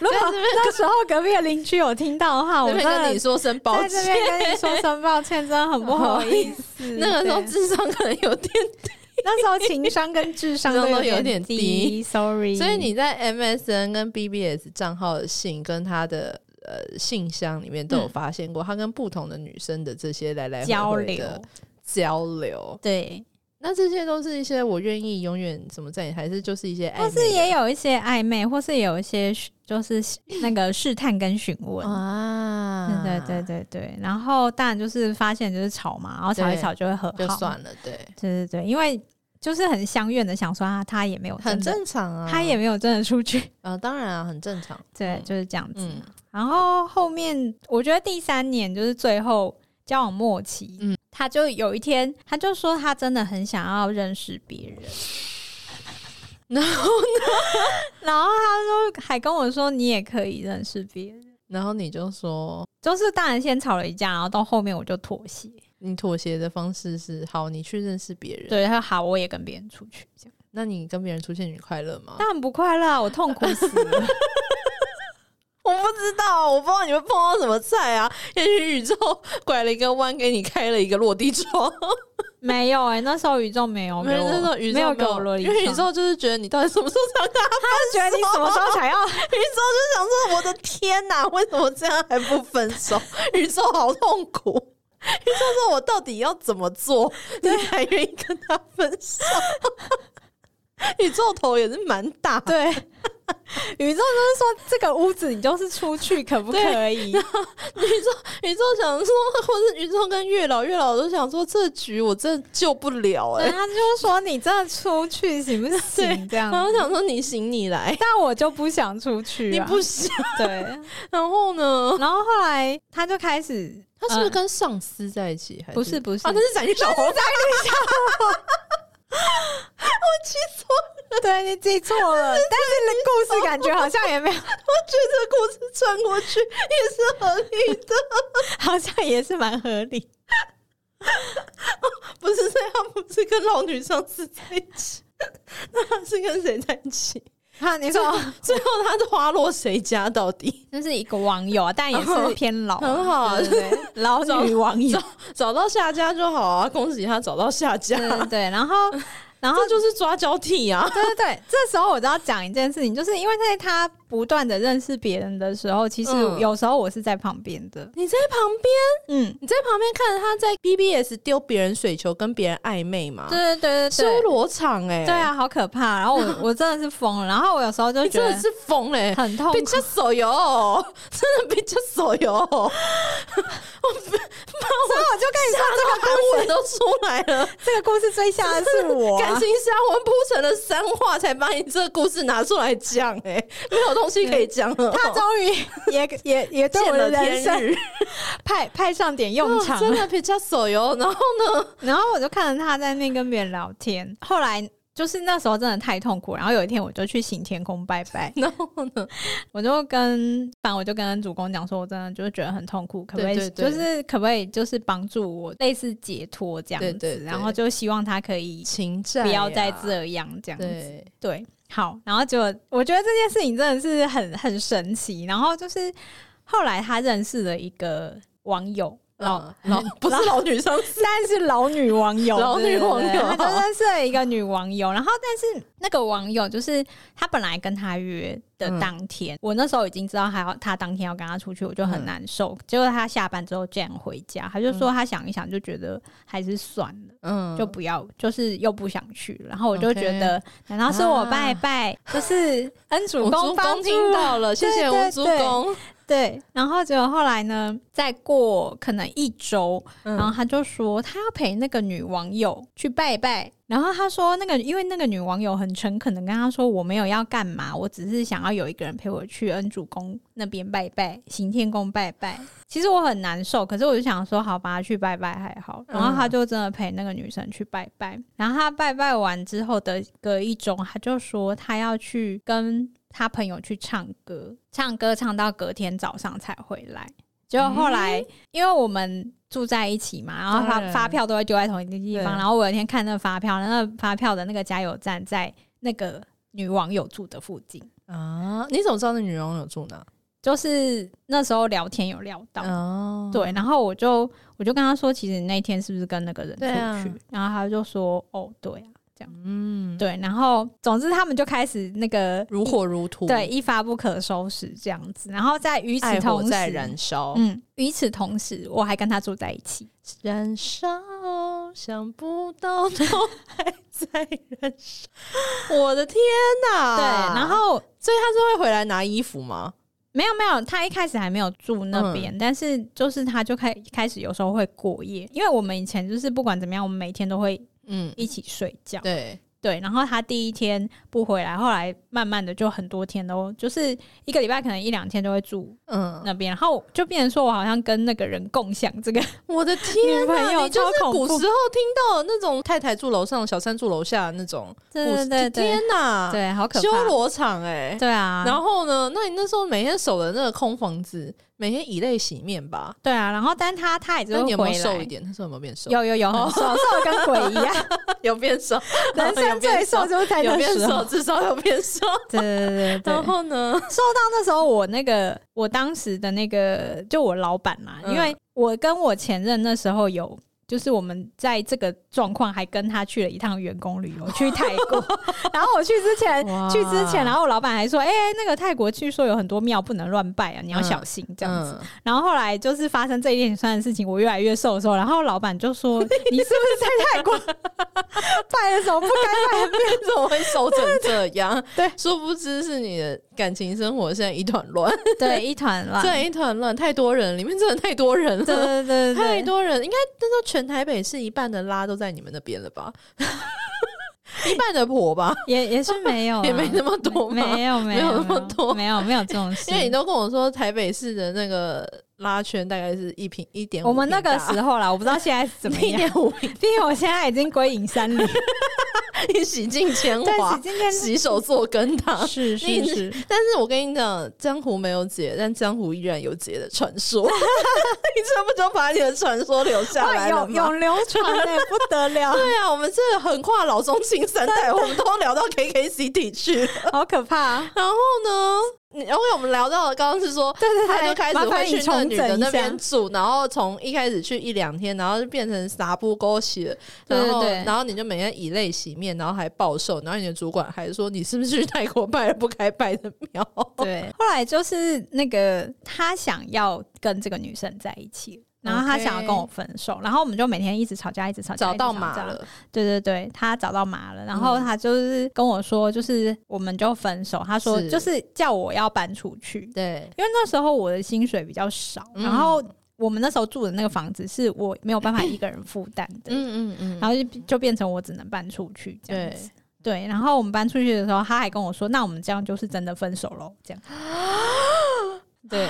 [SPEAKER 2] 如果那时候隔壁的邻居有听到的
[SPEAKER 1] [laughs]
[SPEAKER 2] 话，我
[SPEAKER 1] 哦我
[SPEAKER 2] 真
[SPEAKER 1] 跟
[SPEAKER 2] 的
[SPEAKER 1] 你说声抱
[SPEAKER 2] 在这
[SPEAKER 1] 歉，
[SPEAKER 2] 边跟你说声抱歉，真的很不好
[SPEAKER 1] [laughs]
[SPEAKER 2] 意思。
[SPEAKER 1] 那个时候
[SPEAKER 2] 对
[SPEAKER 1] 智商可能有点
[SPEAKER 2] 那时候情商跟智商
[SPEAKER 1] 智商 [laughs]
[SPEAKER 2] 都
[SPEAKER 1] 都有点
[SPEAKER 2] 低
[SPEAKER 1] 低
[SPEAKER 2] ，sorry。
[SPEAKER 1] 所以你在 MSN 跟 BBS 账号的信跟他的呃信箱里面都有
[SPEAKER 2] 嗯
[SPEAKER 1] 发现过，他跟不同的女生的这些来来回
[SPEAKER 2] 交
[SPEAKER 1] 回
[SPEAKER 2] 流
[SPEAKER 1] 的交流。
[SPEAKER 2] 对，
[SPEAKER 1] 那这些都是一些我愿意永远怎么在你，还是就是一些暧
[SPEAKER 2] 或
[SPEAKER 1] 昧
[SPEAKER 2] 是也有一些暧昧，或是有一些就是那个试探跟询问。
[SPEAKER 1] 啊
[SPEAKER 2] 对对对对对，然后当然就是发现就是吵嘛，然后吵一
[SPEAKER 1] 对
[SPEAKER 2] 吵就会和好，
[SPEAKER 1] [laughs] 就算了，对，
[SPEAKER 2] 对对对，因为就是很相怨的想说啊，他也没有
[SPEAKER 1] 很
[SPEAKER 2] 真的，
[SPEAKER 1] 正常啊。
[SPEAKER 2] 他也没有真的出去，
[SPEAKER 1] 啊，当然啊，很正常。
[SPEAKER 2] 对，
[SPEAKER 1] 嗯
[SPEAKER 2] 就是这样子。
[SPEAKER 1] 嗯
[SPEAKER 2] 然后后面我觉得第三年就是最后交往末期，
[SPEAKER 1] 嗯
[SPEAKER 2] 他就有一天他就说他真的很想要认识别人。
[SPEAKER 1] 然
[SPEAKER 2] 后呢？然后他说还跟我说你也可以认识别人，
[SPEAKER 1] 然后你就说，
[SPEAKER 2] 就是当然先吵了一架，然后到后面我就妥协，
[SPEAKER 1] 你妥协的方式是好，你去认识别人。
[SPEAKER 2] 对，他说好我也跟别人出去，这样
[SPEAKER 1] 那你跟别人出现，你快乐吗？
[SPEAKER 2] 当然不快乐啊，我痛苦
[SPEAKER 1] [laughs]
[SPEAKER 2] 死了。
[SPEAKER 1] 我不知道，我不知道你们碰到什么菜啊？也许宇宙 [laughs] 拐了一个弯，给你开了一个落地窗。
[SPEAKER 2] 没有哎、那时候宇宙没有
[SPEAKER 1] [laughs]
[SPEAKER 2] 给
[SPEAKER 1] 没有
[SPEAKER 2] 我，
[SPEAKER 1] 那种宇宙
[SPEAKER 2] 没有给我萝莉
[SPEAKER 1] 因
[SPEAKER 2] 窗，
[SPEAKER 1] 为宇宙就是觉得你到底什么时候才要跟他？
[SPEAKER 2] 就觉得你什么时候想
[SPEAKER 1] [laughs]
[SPEAKER 2] 要？
[SPEAKER 1] 宇宙就想说，我的天哪，为什么这样还不分手？ [laughs] 宇宙好痛苦。宇宙说：“我到底要怎么
[SPEAKER 2] [laughs]
[SPEAKER 1] 做，你才愿意跟他分手？” [laughs] 宇宙头也是蛮大的，
[SPEAKER 2] [laughs] 对，宇宙就是说这个屋子你就是出去可不可以？
[SPEAKER 1] 宇宙宇宙想说，或是宇宙跟月老，月老都想说，这局我真的救不了哎、
[SPEAKER 2] 对，他就说你真的出去行不行？这样，
[SPEAKER 1] 然后想说你行你来，
[SPEAKER 2] 但我就不想出去、
[SPEAKER 1] 你
[SPEAKER 2] 啊，
[SPEAKER 1] 不行。
[SPEAKER 2] 对。
[SPEAKER 1] 然后呢？
[SPEAKER 2] 然后后来他就开始，
[SPEAKER 1] 他是不是
[SPEAKER 2] 嗯
[SPEAKER 1] 跟上司在一起？还
[SPEAKER 2] 不是不是
[SPEAKER 1] 啊，那是斩女小红。
[SPEAKER 2] 对你记错 [laughs] 了，但是故事感觉好像也没有，
[SPEAKER 1] 我
[SPEAKER 2] [laughs]
[SPEAKER 1] 觉得这个故事穿过去也是合理的，
[SPEAKER 2] 好像也是蛮合理。
[SPEAKER 1] 不是这样，不是跟老女上司在一起， [laughs] 那他是跟谁在一起？
[SPEAKER 2] 啊，你说
[SPEAKER 1] 最后他是花落谁家？到底
[SPEAKER 2] 那是一个网友啊，但也是偏老啊，
[SPEAKER 1] 很好啊
[SPEAKER 2] 对对对老女网友，
[SPEAKER 1] [laughs] 找到下家就好啊！恭喜他找到下家，
[SPEAKER 2] 对对对，
[SPEAKER 1] [laughs]
[SPEAKER 2] 然后然
[SPEAKER 1] 然
[SPEAKER 2] 后
[SPEAKER 1] 后就是抓交替啊。
[SPEAKER 2] 对对对，这时候我就要讲一件事情，就是因为在他不断的认识别人的时候，其实
[SPEAKER 1] 嗯
[SPEAKER 2] 有时候我是在旁边的，
[SPEAKER 1] 你在旁边，
[SPEAKER 2] 嗯，
[SPEAKER 1] 你在旁边看着他在 BBS 丢别人水球，跟别人暧昧嘛？
[SPEAKER 2] 对对对
[SPEAKER 1] 修
[SPEAKER 2] 对对，
[SPEAKER 1] 罗场哎、
[SPEAKER 2] 对，啊，好可怕。然后
[SPEAKER 1] [laughs]
[SPEAKER 2] 我我真的是疯了，然后我有时候就
[SPEAKER 1] 你
[SPEAKER 2] 觉
[SPEAKER 1] 真的
[SPEAKER 2] 得
[SPEAKER 1] 是疯嘞、
[SPEAKER 2] 很痛苦
[SPEAKER 1] 被，叫手游， [laughs] 真的被叫手游，我妈
[SPEAKER 2] 所以
[SPEAKER 1] 我
[SPEAKER 2] 我就跟你说，
[SPEAKER 1] 吓到韩文都出来了，
[SPEAKER 2] 这个故事最吓的是我啊、
[SPEAKER 1] 感情是阿文铺成了三话才把你这个故事拿出来讲，哎，没有东西可以讲了，
[SPEAKER 2] [laughs] 他终于也也也对
[SPEAKER 1] 见
[SPEAKER 2] 我的
[SPEAKER 1] [laughs] 了
[SPEAKER 2] 人
[SPEAKER 1] 天
[SPEAKER 2] 生 [laughs]
[SPEAKER 1] 日，
[SPEAKER 2] 派派上点用场
[SPEAKER 1] 哦真的被叫手游，然后呢，
[SPEAKER 2] 然后我就看着他在那边跟别人聊天，后来就是那时候真的太痛苦，然后有一天我就去行天宫拜拜，
[SPEAKER 1] [laughs] 然后呢，
[SPEAKER 2] [laughs] 我就跟反正我就跟主公讲说，我真的就是觉得很痛苦，可不可以
[SPEAKER 1] 对对对
[SPEAKER 2] 就是可不可以就是帮助我类似解脱这样子，
[SPEAKER 1] 对对对
[SPEAKER 2] 然后就希望他可以
[SPEAKER 1] 情债、啊
[SPEAKER 2] 不要再，这样这样子，
[SPEAKER 1] 对，
[SPEAKER 2] 对好，然后就我觉得这件事情真的是很很神奇，然后就是后来他认识了一个网友。哦老
[SPEAKER 1] 老老嗯 [laughs] 不是老女生，
[SPEAKER 2] [laughs] 但是老女网友，
[SPEAKER 1] 老女网友
[SPEAKER 2] 对对对她就认识了一个女网友，然后但是那个网友就是她本来跟他约的当天，我那时候已经知道还要她当天要跟他出去，我就很难
[SPEAKER 1] 嗯
[SPEAKER 2] 受。结果她下班之后竟然回家，她就说她想一想就觉得还是算了。
[SPEAKER 1] 嗯
[SPEAKER 2] 就不要，就是又不想去了，然后我就觉得，难道
[SPEAKER 1] 啊
[SPEAKER 2] 是我拜拜，就是恩主
[SPEAKER 1] 我
[SPEAKER 2] 公
[SPEAKER 1] 公
[SPEAKER 2] 帮助
[SPEAKER 1] 听到了，谢谢
[SPEAKER 2] 对对
[SPEAKER 1] 我主
[SPEAKER 2] 对
[SPEAKER 1] 公，
[SPEAKER 2] 对，然后结果后来呢，再过可能一周，
[SPEAKER 1] 嗯
[SPEAKER 2] 然后他就说他要陪那个女网友去拜拜。然后他说，那个因为那个女网友很诚恳的跟他说，我没有要干嘛，我只是想要有一个人陪我去恩主公那边拜拜，行天宫拜拜。 [laughs] 其实我很难受，可是我就想说，好吧，去拜拜还好。然后他就真的陪那个女生去拜拜。然后他拜拜完之后的隔一周，他就说他要去跟他朋友去唱歌，唱歌唱到隔天早上才回来。结果后来，因为我们住在一起嘛，然后
[SPEAKER 1] 当
[SPEAKER 2] 发
[SPEAKER 1] 然
[SPEAKER 2] 发票都会丢在同一个地方。
[SPEAKER 1] 对
[SPEAKER 2] 然后我有一天看那个发票，那个发票的那个加油站在那个女网友住的附近。
[SPEAKER 1] 啊，你怎么知道那女网友住哪？
[SPEAKER 2] 就是那时候聊天有聊到，
[SPEAKER 1] 哦，
[SPEAKER 2] 对，然后我就我就跟他说，其实你那天是不是跟那个人出
[SPEAKER 1] 对
[SPEAKER 2] 去？
[SPEAKER 1] 啊
[SPEAKER 2] 然后他就说，哦，对啊，
[SPEAKER 1] 嗯，
[SPEAKER 2] 对。然后总之他们就开始那个
[SPEAKER 1] 如火如荼，
[SPEAKER 2] 一对，一发不可收拾这样子。然后在与
[SPEAKER 1] 爱
[SPEAKER 2] 此
[SPEAKER 1] 火
[SPEAKER 2] 同时，
[SPEAKER 1] 在燃烧，
[SPEAKER 2] 嗯，与此同时，我还跟他住在一起。
[SPEAKER 1] 燃烧，想不到都还在燃烧。我的天哪！
[SPEAKER 2] 对，然后
[SPEAKER 1] 所以他是会回来拿衣服吗？
[SPEAKER 2] 没有没有，他一开始还没有住那
[SPEAKER 1] 嗯
[SPEAKER 2] 边，但是就是他就开开始有时候会过夜，因为我们以前就是不管怎么样，我们每天都会
[SPEAKER 1] 嗯，
[SPEAKER 2] 一起睡觉。
[SPEAKER 1] 对，
[SPEAKER 2] 对，然后他第一天不回来，后来慢慢的就很多天都，就是一个礼拜可能一两天都会住
[SPEAKER 1] 嗯，
[SPEAKER 2] 那边，然后就变成说我好像跟那个人共享这个
[SPEAKER 1] 我的
[SPEAKER 2] 女
[SPEAKER 1] 天
[SPEAKER 2] 朋
[SPEAKER 1] 哪！
[SPEAKER 2] 友，
[SPEAKER 1] 你就
[SPEAKER 2] 超
[SPEAKER 1] 是
[SPEAKER 2] 恐
[SPEAKER 1] 古
[SPEAKER 2] 怖
[SPEAKER 1] 时，候听到的那种太太住楼上，小三住楼下的那种故
[SPEAKER 2] 对
[SPEAKER 1] 事。
[SPEAKER 2] 对对对
[SPEAKER 1] 天哪！
[SPEAKER 2] 对，好可
[SPEAKER 1] 修
[SPEAKER 2] 怕，
[SPEAKER 1] 罗场哎、
[SPEAKER 2] 对啊，
[SPEAKER 1] 然后呢？那你那时候每天守的那个空房子，每天以泪洗面吧？
[SPEAKER 2] 对啊，然后但他他也就
[SPEAKER 1] 那
[SPEAKER 2] 会
[SPEAKER 1] 你有没
[SPEAKER 2] 回
[SPEAKER 1] 有瘦一
[SPEAKER 2] 来。
[SPEAKER 1] 点？那时候有没有变瘦？
[SPEAKER 2] 有有有，很瘦，瘦得跟鬼一
[SPEAKER 1] [laughs]
[SPEAKER 2] 样，
[SPEAKER 1] 有变瘦，
[SPEAKER 2] 人
[SPEAKER 1] 有
[SPEAKER 2] 生
[SPEAKER 1] 变
[SPEAKER 2] 最瘦就是在
[SPEAKER 1] 有
[SPEAKER 2] 哎那
[SPEAKER 1] 变
[SPEAKER 2] 时
[SPEAKER 1] 瘦，
[SPEAKER 2] 候。
[SPEAKER 1] 至少有变瘦。
[SPEAKER 2] 对对对 [laughs] 对，
[SPEAKER 1] 然后呢？
[SPEAKER 2] 说到那时候，我那个我当时的那个就我老板嘛，
[SPEAKER 1] 嗯
[SPEAKER 2] 因为我跟我前任那时候有。就是我们在这个状况，还跟他去了一趟员工旅游， [laughs] 去泰国。然后我去之前，
[SPEAKER 1] 哇
[SPEAKER 2] 去之前，然后我老板还说：“哎、那个泰国据说有很多庙不能乱拜啊，你要
[SPEAKER 1] 嗯
[SPEAKER 2] 小心。”这样子。
[SPEAKER 1] 嗯
[SPEAKER 2] 然后后来就是发生这一连串的事情，我越来越瘦的时候，然后老板就说：“你是不是在泰国 [laughs] 拜了什么不该拜的庙
[SPEAKER 1] [laughs] 怎么会瘦成这样？
[SPEAKER 2] [laughs] 对
[SPEAKER 1] 殊不知是你的感情生活现在一团乱，？”
[SPEAKER 2] 对，一团乱。
[SPEAKER 1] [laughs] 真的一团乱，太多人，里面真的太多人
[SPEAKER 2] 对
[SPEAKER 1] 了。
[SPEAKER 2] [laughs] 对对对，
[SPEAKER 1] [laughs] 太多人，应该那时候全台北市一半的拉都在你们那边了吧？ [laughs] 一半的婆吧， [laughs]
[SPEAKER 2] 也也是没有啦，
[SPEAKER 1] 也没那么多嘛
[SPEAKER 2] 没有没
[SPEAKER 1] 没有
[SPEAKER 2] 有
[SPEAKER 1] 那么多
[SPEAKER 2] 没有没有这种
[SPEAKER 1] [laughs]
[SPEAKER 2] 事
[SPEAKER 1] 因。为你都跟我说台北市的那个拉圈大概是一平一点，
[SPEAKER 2] 我们那个时候啦，我不知道现在是
[SPEAKER 1] [laughs]
[SPEAKER 2] 怎么
[SPEAKER 1] 一
[SPEAKER 2] 样
[SPEAKER 1] 点，五平，
[SPEAKER 2] 毕竟我现在已经归隐山林，
[SPEAKER 1] [laughs] 你洗尽铅
[SPEAKER 2] 但
[SPEAKER 1] 华
[SPEAKER 2] 是，今天
[SPEAKER 1] 洗手做羹汤。
[SPEAKER 2] 是
[SPEAKER 1] 啊你
[SPEAKER 2] 是是，
[SPEAKER 1] 但是我跟你讲，江湖没有解，但江湖依然有解的传说。 [laughs] 你这不就把你的传说留下
[SPEAKER 2] 哇，
[SPEAKER 1] 来了
[SPEAKER 2] 有
[SPEAKER 1] 吗？
[SPEAKER 2] 有流
[SPEAKER 1] [laughs]
[SPEAKER 2] 传的不得了，
[SPEAKER 1] 对啊，我们这横跨老中青三代，我们都聊到 KKCD 去了。
[SPEAKER 2] 好可怕。啊
[SPEAKER 1] [laughs] 然后呢，你因为我们聊到了刚刚是说，
[SPEAKER 2] 对对对，
[SPEAKER 1] 他就开始
[SPEAKER 2] 麻烦
[SPEAKER 1] 会
[SPEAKER 2] 你
[SPEAKER 1] 去那
[SPEAKER 2] 重
[SPEAKER 1] 女的
[SPEAKER 2] 整
[SPEAKER 1] 那
[SPEAKER 2] 一下
[SPEAKER 1] 边。住，然后从一开始去一两天，然后就变成撒布勾血，
[SPEAKER 2] 对对
[SPEAKER 1] 然后
[SPEAKER 2] 对
[SPEAKER 1] 然后你就每天以泪洗面，然后还暴瘦，然后你的主管还说你是不是去泰国拜了不该拜的 [laughs] 庙？ [laughs]
[SPEAKER 2] 对，后来就是那个他想要跟这个女生在一起，然后他
[SPEAKER 1] OK
[SPEAKER 2] 想要跟我分手，然后我们就每天一直吵架，一直吵架，
[SPEAKER 1] 找
[SPEAKER 2] 一直
[SPEAKER 1] 到
[SPEAKER 2] 吵
[SPEAKER 1] 马
[SPEAKER 2] 架
[SPEAKER 1] 了，
[SPEAKER 2] 对对对，他找到麻了，然后
[SPEAKER 1] 嗯
[SPEAKER 2] 他就是跟我说，就是我们就分手。他说
[SPEAKER 1] 是
[SPEAKER 2] 就是叫我要搬出去，
[SPEAKER 1] 对。
[SPEAKER 2] 因为那时候我的薪水比较少，
[SPEAKER 1] 嗯
[SPEAKER 2] 然后我们那时候住的那个房子是我没有办法一个人负担的，
[SPEAKER 1] 嗯嗯嗯，
[SPEAKER 2] 然后就就变成我只能搬出去这样子
[SPEAKER 1] 对。
[SPEAKER 2] 对，然后我们搬出去的时候，他还跟我说：“那我们这样就是真的分手喽。”这样，对。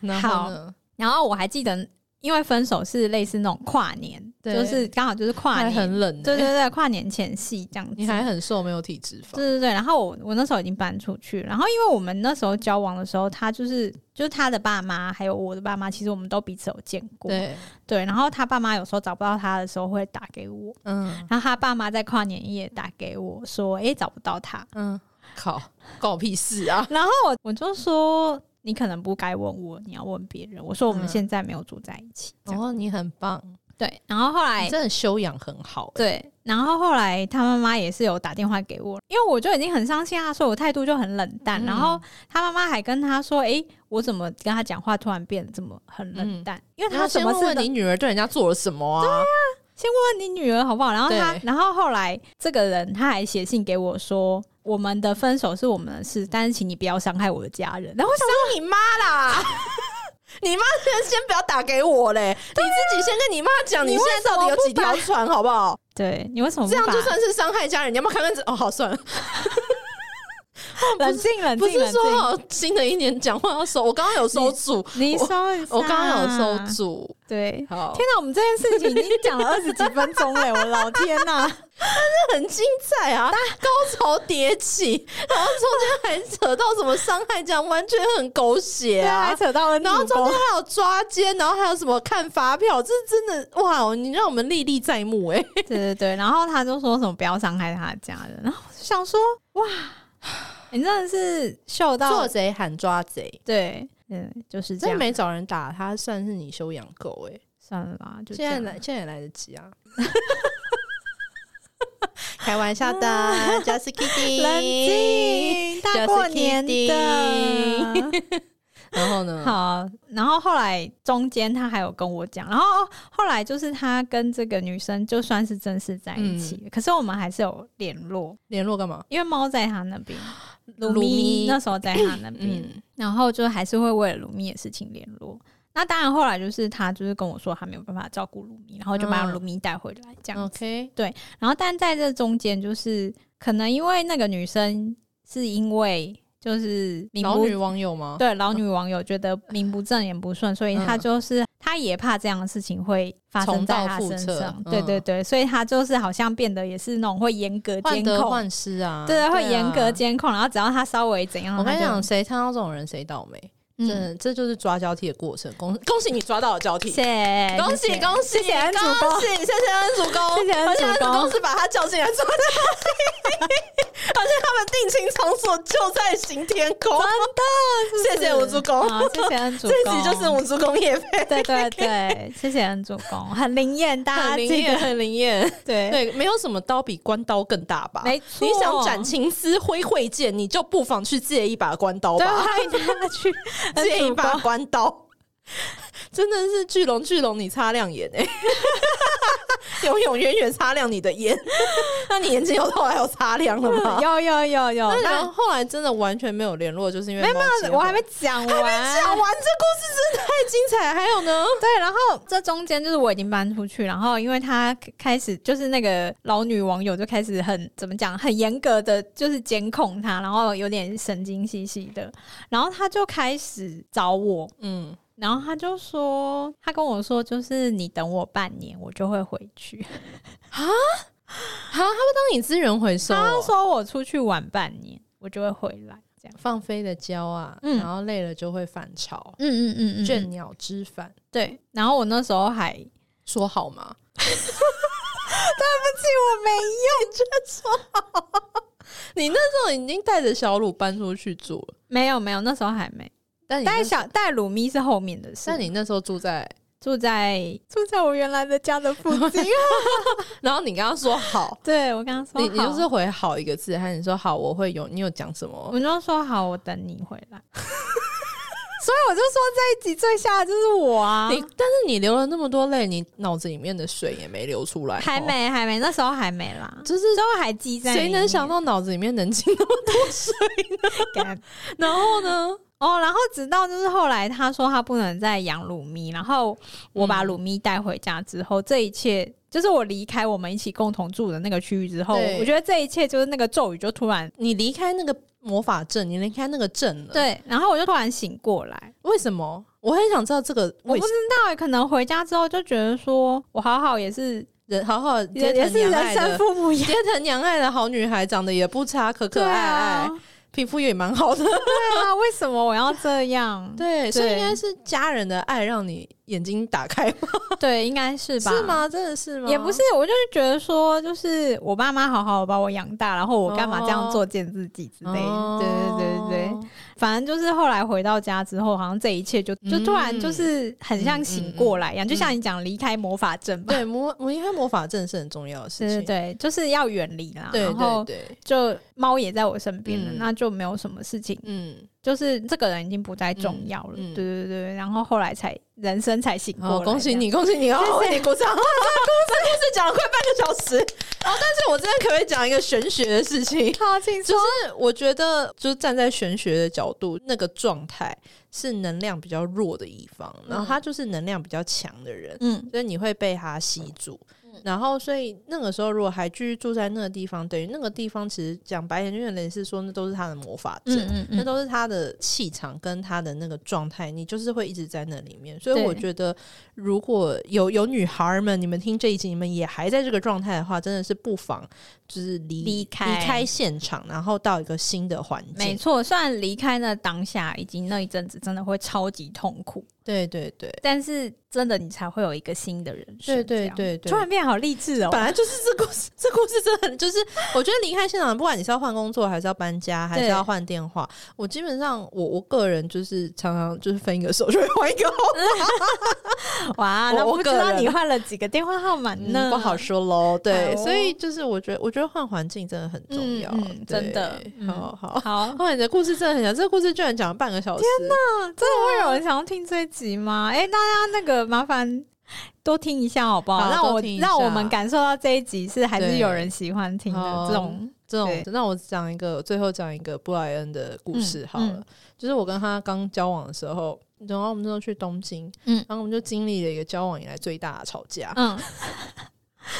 [SPEAKER 1] 然
[SPEAKER 2] 好
[SPEAKER 1] 后呢
[SPEAKER 2] 然后我还记得，因为分手是类似那种跨年，
[SPEAKER 1] 对
[SPEAKER 2] 就是刚好就是跨
[SPEAKER 1] 还
[SPEAKER 2] 年，
[SPEAKER 1] 很冷、欸，
[SPEAKER 2] 对对对，跨年前夕这样子。
[SPEAKER 1] 你还很瘦，没有体脂肪，
[SPEAKER 2] 对对对，然后我我那时候已经搬出去，然后因为我们那时候交往的时候，他就是就是他的爸妈还有我的爸妈，其实我们都彼此有见过，
[SPEAKER 1] 对，
[SPEAKER 2] 对然后他爸妈有时候找不到他的时候会打给我，
[SPEAKER 1] 嗯
[SPEAKER 2] 然后他爸妈在跨年夜打给我说，诶，找不到他，
[SPEAKER 1] 嗯，靠，关我屁事啊！
[SPEAKER 2] 然后我我就说你可能不该问我，你要问别人，我说我们
[SPEAKER 1] 嗯哦
[SPEAKER 2] 现在没有住在一起，这
[SPEAKER 1] 然
[SPEAKER 2] 样
[SPEAKER 1] 后你很棒，
[SPEAKER 2] 对，然后后来
[SPEAKER 1] 你真的修养很好、欸，
[SPEAKER 2] 对，然后后来他妈妈也是有打电话给我，因为我就已经很伤心啊，所以我态度就很冷淡。
[SPEAKER 1] 嗯
[SPEAKER 2] 然后他妈妈还跟他说：“诶，我怎么跟他讲话突然变得这么很冷淡？因为
[SPEAKER 1] 然
[SPEAKER 2] 他
[SPEAKER 1] 后嗯
[SPEAKER 2] 什
[SPEAKER 1] 先
[SPEAKER 2] 么
[SPEAKER 1] 问
[SPEAKER 2] 事
[SPEAKER 1] 问
[SPEAKER 2] 都
[SPEAKER 1] 你女儿对人家做了什么啊？
[SPEAKER 2] 先问问你女儿好不好？”然后他
[SPEAKER 1] 对，
[SPEAKER 2] 然后后来这个人他还写信给我说：“我们的分手是我们的事，但是请你不要伤害我的家人。然后我想
[SPEAKER 1] 当你妈啦！ [laughs] 你妈先先不要打给我嘞，你自己先跟你妈讲，
[SPEAKER 2] 你
[SPEAKER 1] 啊你现在到底有几条船，好不好？
[SPEAKER 2] 对你为什么不
[SPEAKER 1] 这样
[SPEAKER 2] 把
[SPEAKER 1] 就算是伤害家人，你要不要看看这？哦，好，算了，
[SPEAKER 2] 冷静冷
[SPEAKER 1] 不
[SPEAKER 2] 静
[SPEAKER 1] 是
[SPEAKER 2] 冷
[SPEAKER 1] 说
[SPEAKER 2] 静。
[SPEAKER 1] 哦新的一年讲话要收，我刚刚有收住，
[SPEAKER 2] 你收一
[SPEAKER 1] 我刚刚有
[SPEAKER 2] 下
[SPEAKER 1] 收住，
[SPEAKER 2] 对，
[SPEAKER 1] 好，
[SPEAKER 2] 天哪，我们这件事情已经
[SPEAKER 1] [laughs]
[SPEAKER 2] 讲了二十几分钟嘞，我老天呐！
[SPEAKER 1] 很精彩啊，高潮迭 [laughs] 起，然后中间还扯到什么伤害，这样完全很狗血
[SPEAKER 2] 对啊
[SPEAKER 1] 啊
[SPEAKER 2] 还。扯到了女
[SPEAKER 1] 然后中
[SPEAKER 2] 工
[SPEAKER 1] 间，还有抓奸，然后还有什么看发票，这真的哇，你让我们历历在目 [laughs] 哎、
[SPEAKER 2] 对对对，然后他就说什么不要伤害他的家人，然后我就想说哇，你真的是秀到
[SPEAKER 1] 做贼喊抓贼，
[SPEAKER 2] 对，嗯，就是这
[SPEAKER 1] 真
[SPEAKER 2] 样，
[SPEAKER 1] 没找人打他，算是你修养够哎、
[SPEAKER 2] 算了啦，就这
[SPEAKER 1] 现在
[SPEAKER 2] 样
[SPEAKER 1] 来，现在也来得及 [laughs] 啊。开玩笑 [laughs] 的，就是
[SPEAKER 2] 冷
[SPEAKER 1] Kitty。
[SPEAKER 2] 静，大过年的。
[SPEAKER 1] 然后呢？
[SPEAKER 2] [laughs] 好，然后后来中间他还有跟我讲，然后哦后来就是他跟这个女生就算是正式在一起了，
[SPEAKER 1] 嗯
[SPEAKER 2] 可是我们还是有联络，
[SPEAKER 1] 联络干嘛？
[SPEAKER 2] 因为猫在他那边，
[SPEAKER 1] 鲁
[SPEAKER 2] 鲁
[SPEAKER 1] 咪
[SPEAKER 2] 咪那时候在他那边，
[SPEAKER 1] 嗯
[SPEAKER 2] 然后就还是会为了鲁咪的事情联络。那当然，后来就是他就是跟我说他没有办法照顾鲁咪，然后就把
[SPEAKER 1] 嗯
[SPEAKER 2] 鲁咪带回来这样子。
[SPEAKER 1] ，OK，
[SPEAKER 2] 然后，但在这中间，就是可能因为那个女生是因为就是名
[SPEAKER 1] 老
[SPEAKER 2] 不
[SPEAKER 1] 女网友吗？
[SPEAKER 2] 对老女网友觉得名不正言不顺，所以她
[SPEAKER 1] 嗯
[SPEAKER 2] 就是她也怕这样的事情会发生在她身
[SPEAKER 1] 重蹈
[SPEAKER 2] 上
[SPEAKER 1] 覆。辙
[SPEAKER 2] 对
[SPEAKER 1] 嗯
[SPEAKER 2] 对对，所以她就是好像变得也是那种会严格
[SPEAKER 1] 患
[SPEAKER 2] 监
[SPEAKER 1] 得
[SPEAKER 2] 控，
[SPEAKER 1] 患失啊，
[SPEAKER 2] 对，
[SPEAKER 1] 啊
[SPEAKER 2] 会严格。监控，然后只要她稍微怎样，
[SPEAKER 1] 我跟你
[SPEAKER 2] 她
[SPEAKER 1] 讲，
[SPEAKER 2] 就，
[SPEAKER 1] 谁看到这种人谁倒霉，
[SPEAKER 2] 嗯，
[SPEAKER 1] 这这就是抓交替的过程。恭恭喜你抓到了交替
[SPEAKER 2] 谢，谢，
[SPEAKER 1] 恭喜恭喜，
[SPEAKER 2] 谢谢恩主公
[SPEAKER 1] 恭喜，谢谢恩主公，
[SPEAKER 2] 谢谢恩主公
[SPEAKER 1] 而且恩主公是把他叫进来抓交替，而且他们定情场所就在行天宫，
[SPEAKER 2] 真的，是不
[SPEAKER 1] 谢
[SPEAKER 2] 是
[SPEAKER 1] 谢吴主公
[SPEAKER 2] 好谢谢恩
[SPEAKER 1] [laughs]
[SPEAKER 2] 主
[SPEAKER 1] 这
[SPEAKER 2] 公，
[SPEAKER 1] 一集就是吴主公夜配，
[SPEAKER 2] 对
[SPEAKER 1] [laughs]
[SPEAKER 2] 对对，谢谢恩主公，很灵验，大家
[SPEAKER 1] 很灵
[SPEAKER 2] 记
[SPEAKER 1] 验，
[SPEAKER 2] 得
[SPEAKER 1] 很灵验。
[SPEAKER 2] 对
[SPEAKER 1] 对，没有什么刀比关刀更大吧？
[SPEAKER 2] 没错
[SPEAKER 1] 你想斩情丝挥慧剑，你就不妨去借一把关刀
[SPEAKER 2] 对，
[SPEAKER 1] 吧。
[SPEAKER 2] 欢迎大家去
[SPEAKER 1] [laughs]
[SPEAKER 2] 恩
[SPEAKER 1] 借一
[SPEAKER 2] 啊主
[SPEAKER 1] 把
[SPEAKER 2] 公。
[SPEAKER 1] 关刀， [laughs] 真的是巨龙巨龙，你擦亮眼
[SPEAKER 2] [laughs]
[SPEAKER 1] 哎、永永远远擦亮你的
[SPEAKER 2] [laughs]
[SPEAKER 1] 眼，那你眼睛有后来有擦亮了吗？
[SPEAKER 2] 嗯有有有有，
[SPEAKER 1] 那然
[SPEAKER 2] 那
[SPEAKER 1] 后后来真的完全没有联络，就是因为
[SPEAKER 2] 没有
[SPEAKER 1] 猫哎结
[SPEAKER 2] 没
[SPEAKER 1] 婚
[SPEAKER 2] 有，我还没讲完，
[SPEAKER 1] 讲完，这故事真的太精彩。还有呢，
[SPEAKER 2] [laughs] 对，然后这中间就是我已经搬出去，然后因为他开始就是那个老女网友就开始很怎么讲，很严格的就是监控他，然后有点神经兮兮的，然后他就开始找我，
[SPEAKER 1] 嗯，
[SPEAKER 2] 然后他就说，他跟我说就是你等我半年，我就会回
[SPEAKER 1] [laughs]
[SPEAKER 2] 去。
[SPEAKER 1] 啊，他会当你资源回收、
[SPEAKER 2] 他
[SPEAKER 1] 哦，
[SPEAKER 2] 说我出去玩半年，我就会回来，这样。
[SPEAKER 1] 放飞的骄啊，
[SPEAKER 2] 嗯
[SPEAKER 1] 然后累了就会返潮，
[SPEAKER 2] 嗯嗯嗯嗯，
[SPEAKER 1] 倦鸟知返，
[SPEAKER 2] 对。然后我那时候还
[SPEAKER 1] 说好
[SPEAKER 2] [laughs]
[SPEAKER 1] 吗？
[SPEAKER 2] 我没
[SPEAKER 1] 你那时候已经带着小鲁搬出去住了，
[SPEAKER 2] 没有没有，那时候还没
[SPEAKER 1] 但你那
[SPEAKER 2] 带小带鲁咪是后面的事
[SPEAKER 1] 但。你那时候住在
[SPEAKER 2] 住在住在我原来的家的附
[SPEAKER 1] [laughs]
[SPEAKER 2] 近。
[SPEAKER 1] 然后你刚刚说好，
[SPEAKER 2] 对我刚刚
[SPEAKER 1] [laughs]
[SPEAKER 2] 说
[SPEAKER 1] 你你
[SPEAKER 2] 好
[SPEAKER 1] 就是回好一个字，还是你说好我会有？你有讲什么？
[SPEAKER 2] [laughs] 我就说好，我等你回
[SPEAKER 1] [laughs]
[SPEAKER 2] 来。所以我就说这一集最下的就是我啊，
[SPEAKER 1] 你但是你流了那么多泪，你脑子里面的水也没流出来，
[SPEAKER 2] 还，没还没，那时候还没啦，
[SPEAKER 1] 哦就是
[SPEAKER 2] 之后还记在。
[SPEAKER 1] 谁能想？到脑子里面能进那么多水？
[SPEAKER 2] [laughs] 干
[SPEAKER 1] 然后呢？
[SPEAKER 2] 哦，然后直到就是后来他说他不能再养鲁咪，然后我把
[SPEAKER 1] 嗯
[SPEAKER 2] 鲁咪带回家之后，这一切。就是我离开我们一起共同住的那个区域之后，
[SPEAKER 1] 对
[SPEAKER 2] 我觉得这一切就是那个咒语就突然
[SPEAKER 1] [laughs] 你离开那个魔法阵，你离开那个阵了，，
[SPEAKER 2] 对，然后我就突然醒过来，
[SPEAKER 1] 为什么？我很想知道这个
[SPEAKER 2] 我
[SPEAKER 1] 为
[SPEAKER 2] 不
[SPEAKER 1] 什
[SPEAKER 2] 知
[SPEAKER 1] 么
[SPEAKER 2] 道欸，可能回家之后就觉得说我好好也是
[SPEAKER 1] 人好好
[SPEAKER 2] 也
[SPEAKER 1] 爹
[SPEAKER 2] 也
[SPEAKER 1] 疼
[SPEAKER 2] 是
[SPEAKER 1] 娘
[SPEAKER 2] 人
[SPEAKER 1] 爱
[SPEAKER 2] 生
[SPEAKER 1] 的。[laughs]
[SPEAKER 2] 父母养，
[SPEAKER 1] 爹疼娘爱的好女孩，长得也不差，可可
[SPEAKER 2] 对
[SPEAKER 1] 爱
[SPEAKER 2] 啊
[SPEAKER 1] 爱，，皮肤也蛮
[SPEAKER 2] [laughs]
[SPEAKER 1] 好的。
[SPEAKER 2] 对啊，为什么我要这样？
[SPEAKER 1] 对，所以应
[SPEAKER 2] [laughs] 对
[SPEAKER 1] 该是家人的爱让你眼睛打开
[SPEAKER 2] 对，应该是吧？
[SPEAKER 1] 是？吗？真的是吗？
[SPEAKER 2] 也不是，我就是觉得说，就是我爸妈好好把我养大，然后我干嘛这
[SPEAKER 1] 哦
[SPEAKER 2] 样作践自己之类的？对对对对对，
[SPEAKER 1] 对，
[SPEAKER 2] 反正就是后来回到家之后，好像这一切就就突然
[SPEAKER 1] 嗯
[SPEAKER 2] 就是很像醒过来一样，就像你讲离开魔法阵吧。
[SPEAKER 1] 对魔我应该魔法阵是很重要的事
[SPEAKER 2] 对对
[SPEAKER 1] 情，
[SPEAKER 2] 对，就是要远离啦。
[SPEAKER 1] 对
[SPEAKER 2] 然后
[SPEAKER 1] 对对，
[SPEAKER 2] 就猫也在我身边了，
[SPEAKER 1] 嗯
[SPEAKER 2] 那就没有什么事情
[SPEAKER 1] 嗯，
[SPEAKER 2] 就是这个人已经不再重要了，
[SPEAKER 1] 嗯嗯
[SPEAKER 2] 对对对，然后后来才人生才醒过来、 [laughs]
[SPEAKER 1] 好，恭喜！你，恭喜你哦！为你鼓掌，这故事讲了快半个小时，啊，但是我真的可不可以讲一个玄学的事情？
[SPEAKER 2] 好轻
[SPEAKER 1] 就。是我觉得，就是站在玄学的角度，那个状态是能量比较弱的一方，然后他就是能量比较强的人，
[SPEAKER 2] 嗯，
[SPEAKER 1] 所以你会被他吸住。然后，所以那个时候如果还继续住在那个地方，等于那个地方其实讲白点，就有点是说那都是他的魔法阵。
[SPEAKER 2] 嗯
[SPEAKER 1] 那都是他的气场跟他的那个状态，你就是会一直在那里面。所以
[SPEAKER 2] 对
[SPEAKER 1] 我觉得，如果有有女孩儿们，你们听这一集，你们也还在这个状态的话，真的是不妨就是离
[SPEAKER 2] 离开
[SPEAKER 1] 离开现场，然后到一个新的环
[SPEAKER 2] 没
[SPEAKER 1] 境。
[SPEAKER 2] 错，虽然离开那当下以及那一阵子真的会超级痛苦，
[SPEAKER 1] 对对对，
[SPEAKER 2] 但是真的你才会有一个新的人生。
[SPEAKER 1] 对对
[SPEAKER 2] 这样
[SPEAKER 1] 对对
[SPEAKER 2] 突然变好励志哦
[SPEAKER 1] 本！来就是这故事， [laughs] 这故事真的很就是，我觉得离开现场，不管你是要换工作，还是要搬家，还是
[SPEAKER 2] 对
[SPEAKER 1] 要换电话，我基本上我我个人就是常常就是分一个手就会换一个号
[SPEAKER 2] 哇，
[SPEAKER 1] 我
[SPEAKER 2] 那
[SPEAKER 1] 我
[SPEAKER 2] 不知
[SPEAKER 1] 个
[SPEAKER 2] 道
[SPEAKER 1] 人
[SPEAKER 2] 你换了几个电话号码呢？
[SPEAKER 1] 嗯不好说喽。对，
[SPEAKER 2] 哎呦
[SPEAKER 1] 所以就是我觉得，我觉得换环境真的很重要，
[SPEAKER 2] 嗯嗯
[SPEAKER 1] 对
[SPEAKER 2] 真的嗯
[SPEAKER 1] 好好。
[SPEAKER 2] 好，
[SPEAKER 1] 哇，你的故事真的很长，这个故事居然讲了半个小时。天哪！
[SPEAKER 2] [laughs] 真的会有人想要听这一集吗？哎、大家那个麻烦多听一下好不好？
[SPEAKER 1] 好
[SPEAKER 2] 让
[SPEAKER 1] 多
[SPEAKER 2] 我
[SPEAKER 1] 听一下
[SPEAKER 2] 让我们感受到这一集是还是
[SPEAKER 1] 对
[SPEAKER 2] 有人喜欢听的
[SPEAKER 1] 好
[SPEAKER 2] 这种。
[SPEAKER 1] 这种
[SPEAKER 2] 对，
[SPEAKER 1] 那我讲一个，最后讲一个布莱恩的故事好了。
[SPEAKER 2] 嗯嗯
[SPEAKER 1] 就是我跟他刚交往的时候，然后我们那时候去东京，
[SPEAKER 2] 嗯
[SPEAKER 1] 然后我们就经历了一个交往以来最大的吵架。 [laughs]
[SPEAKER 2] 嗯，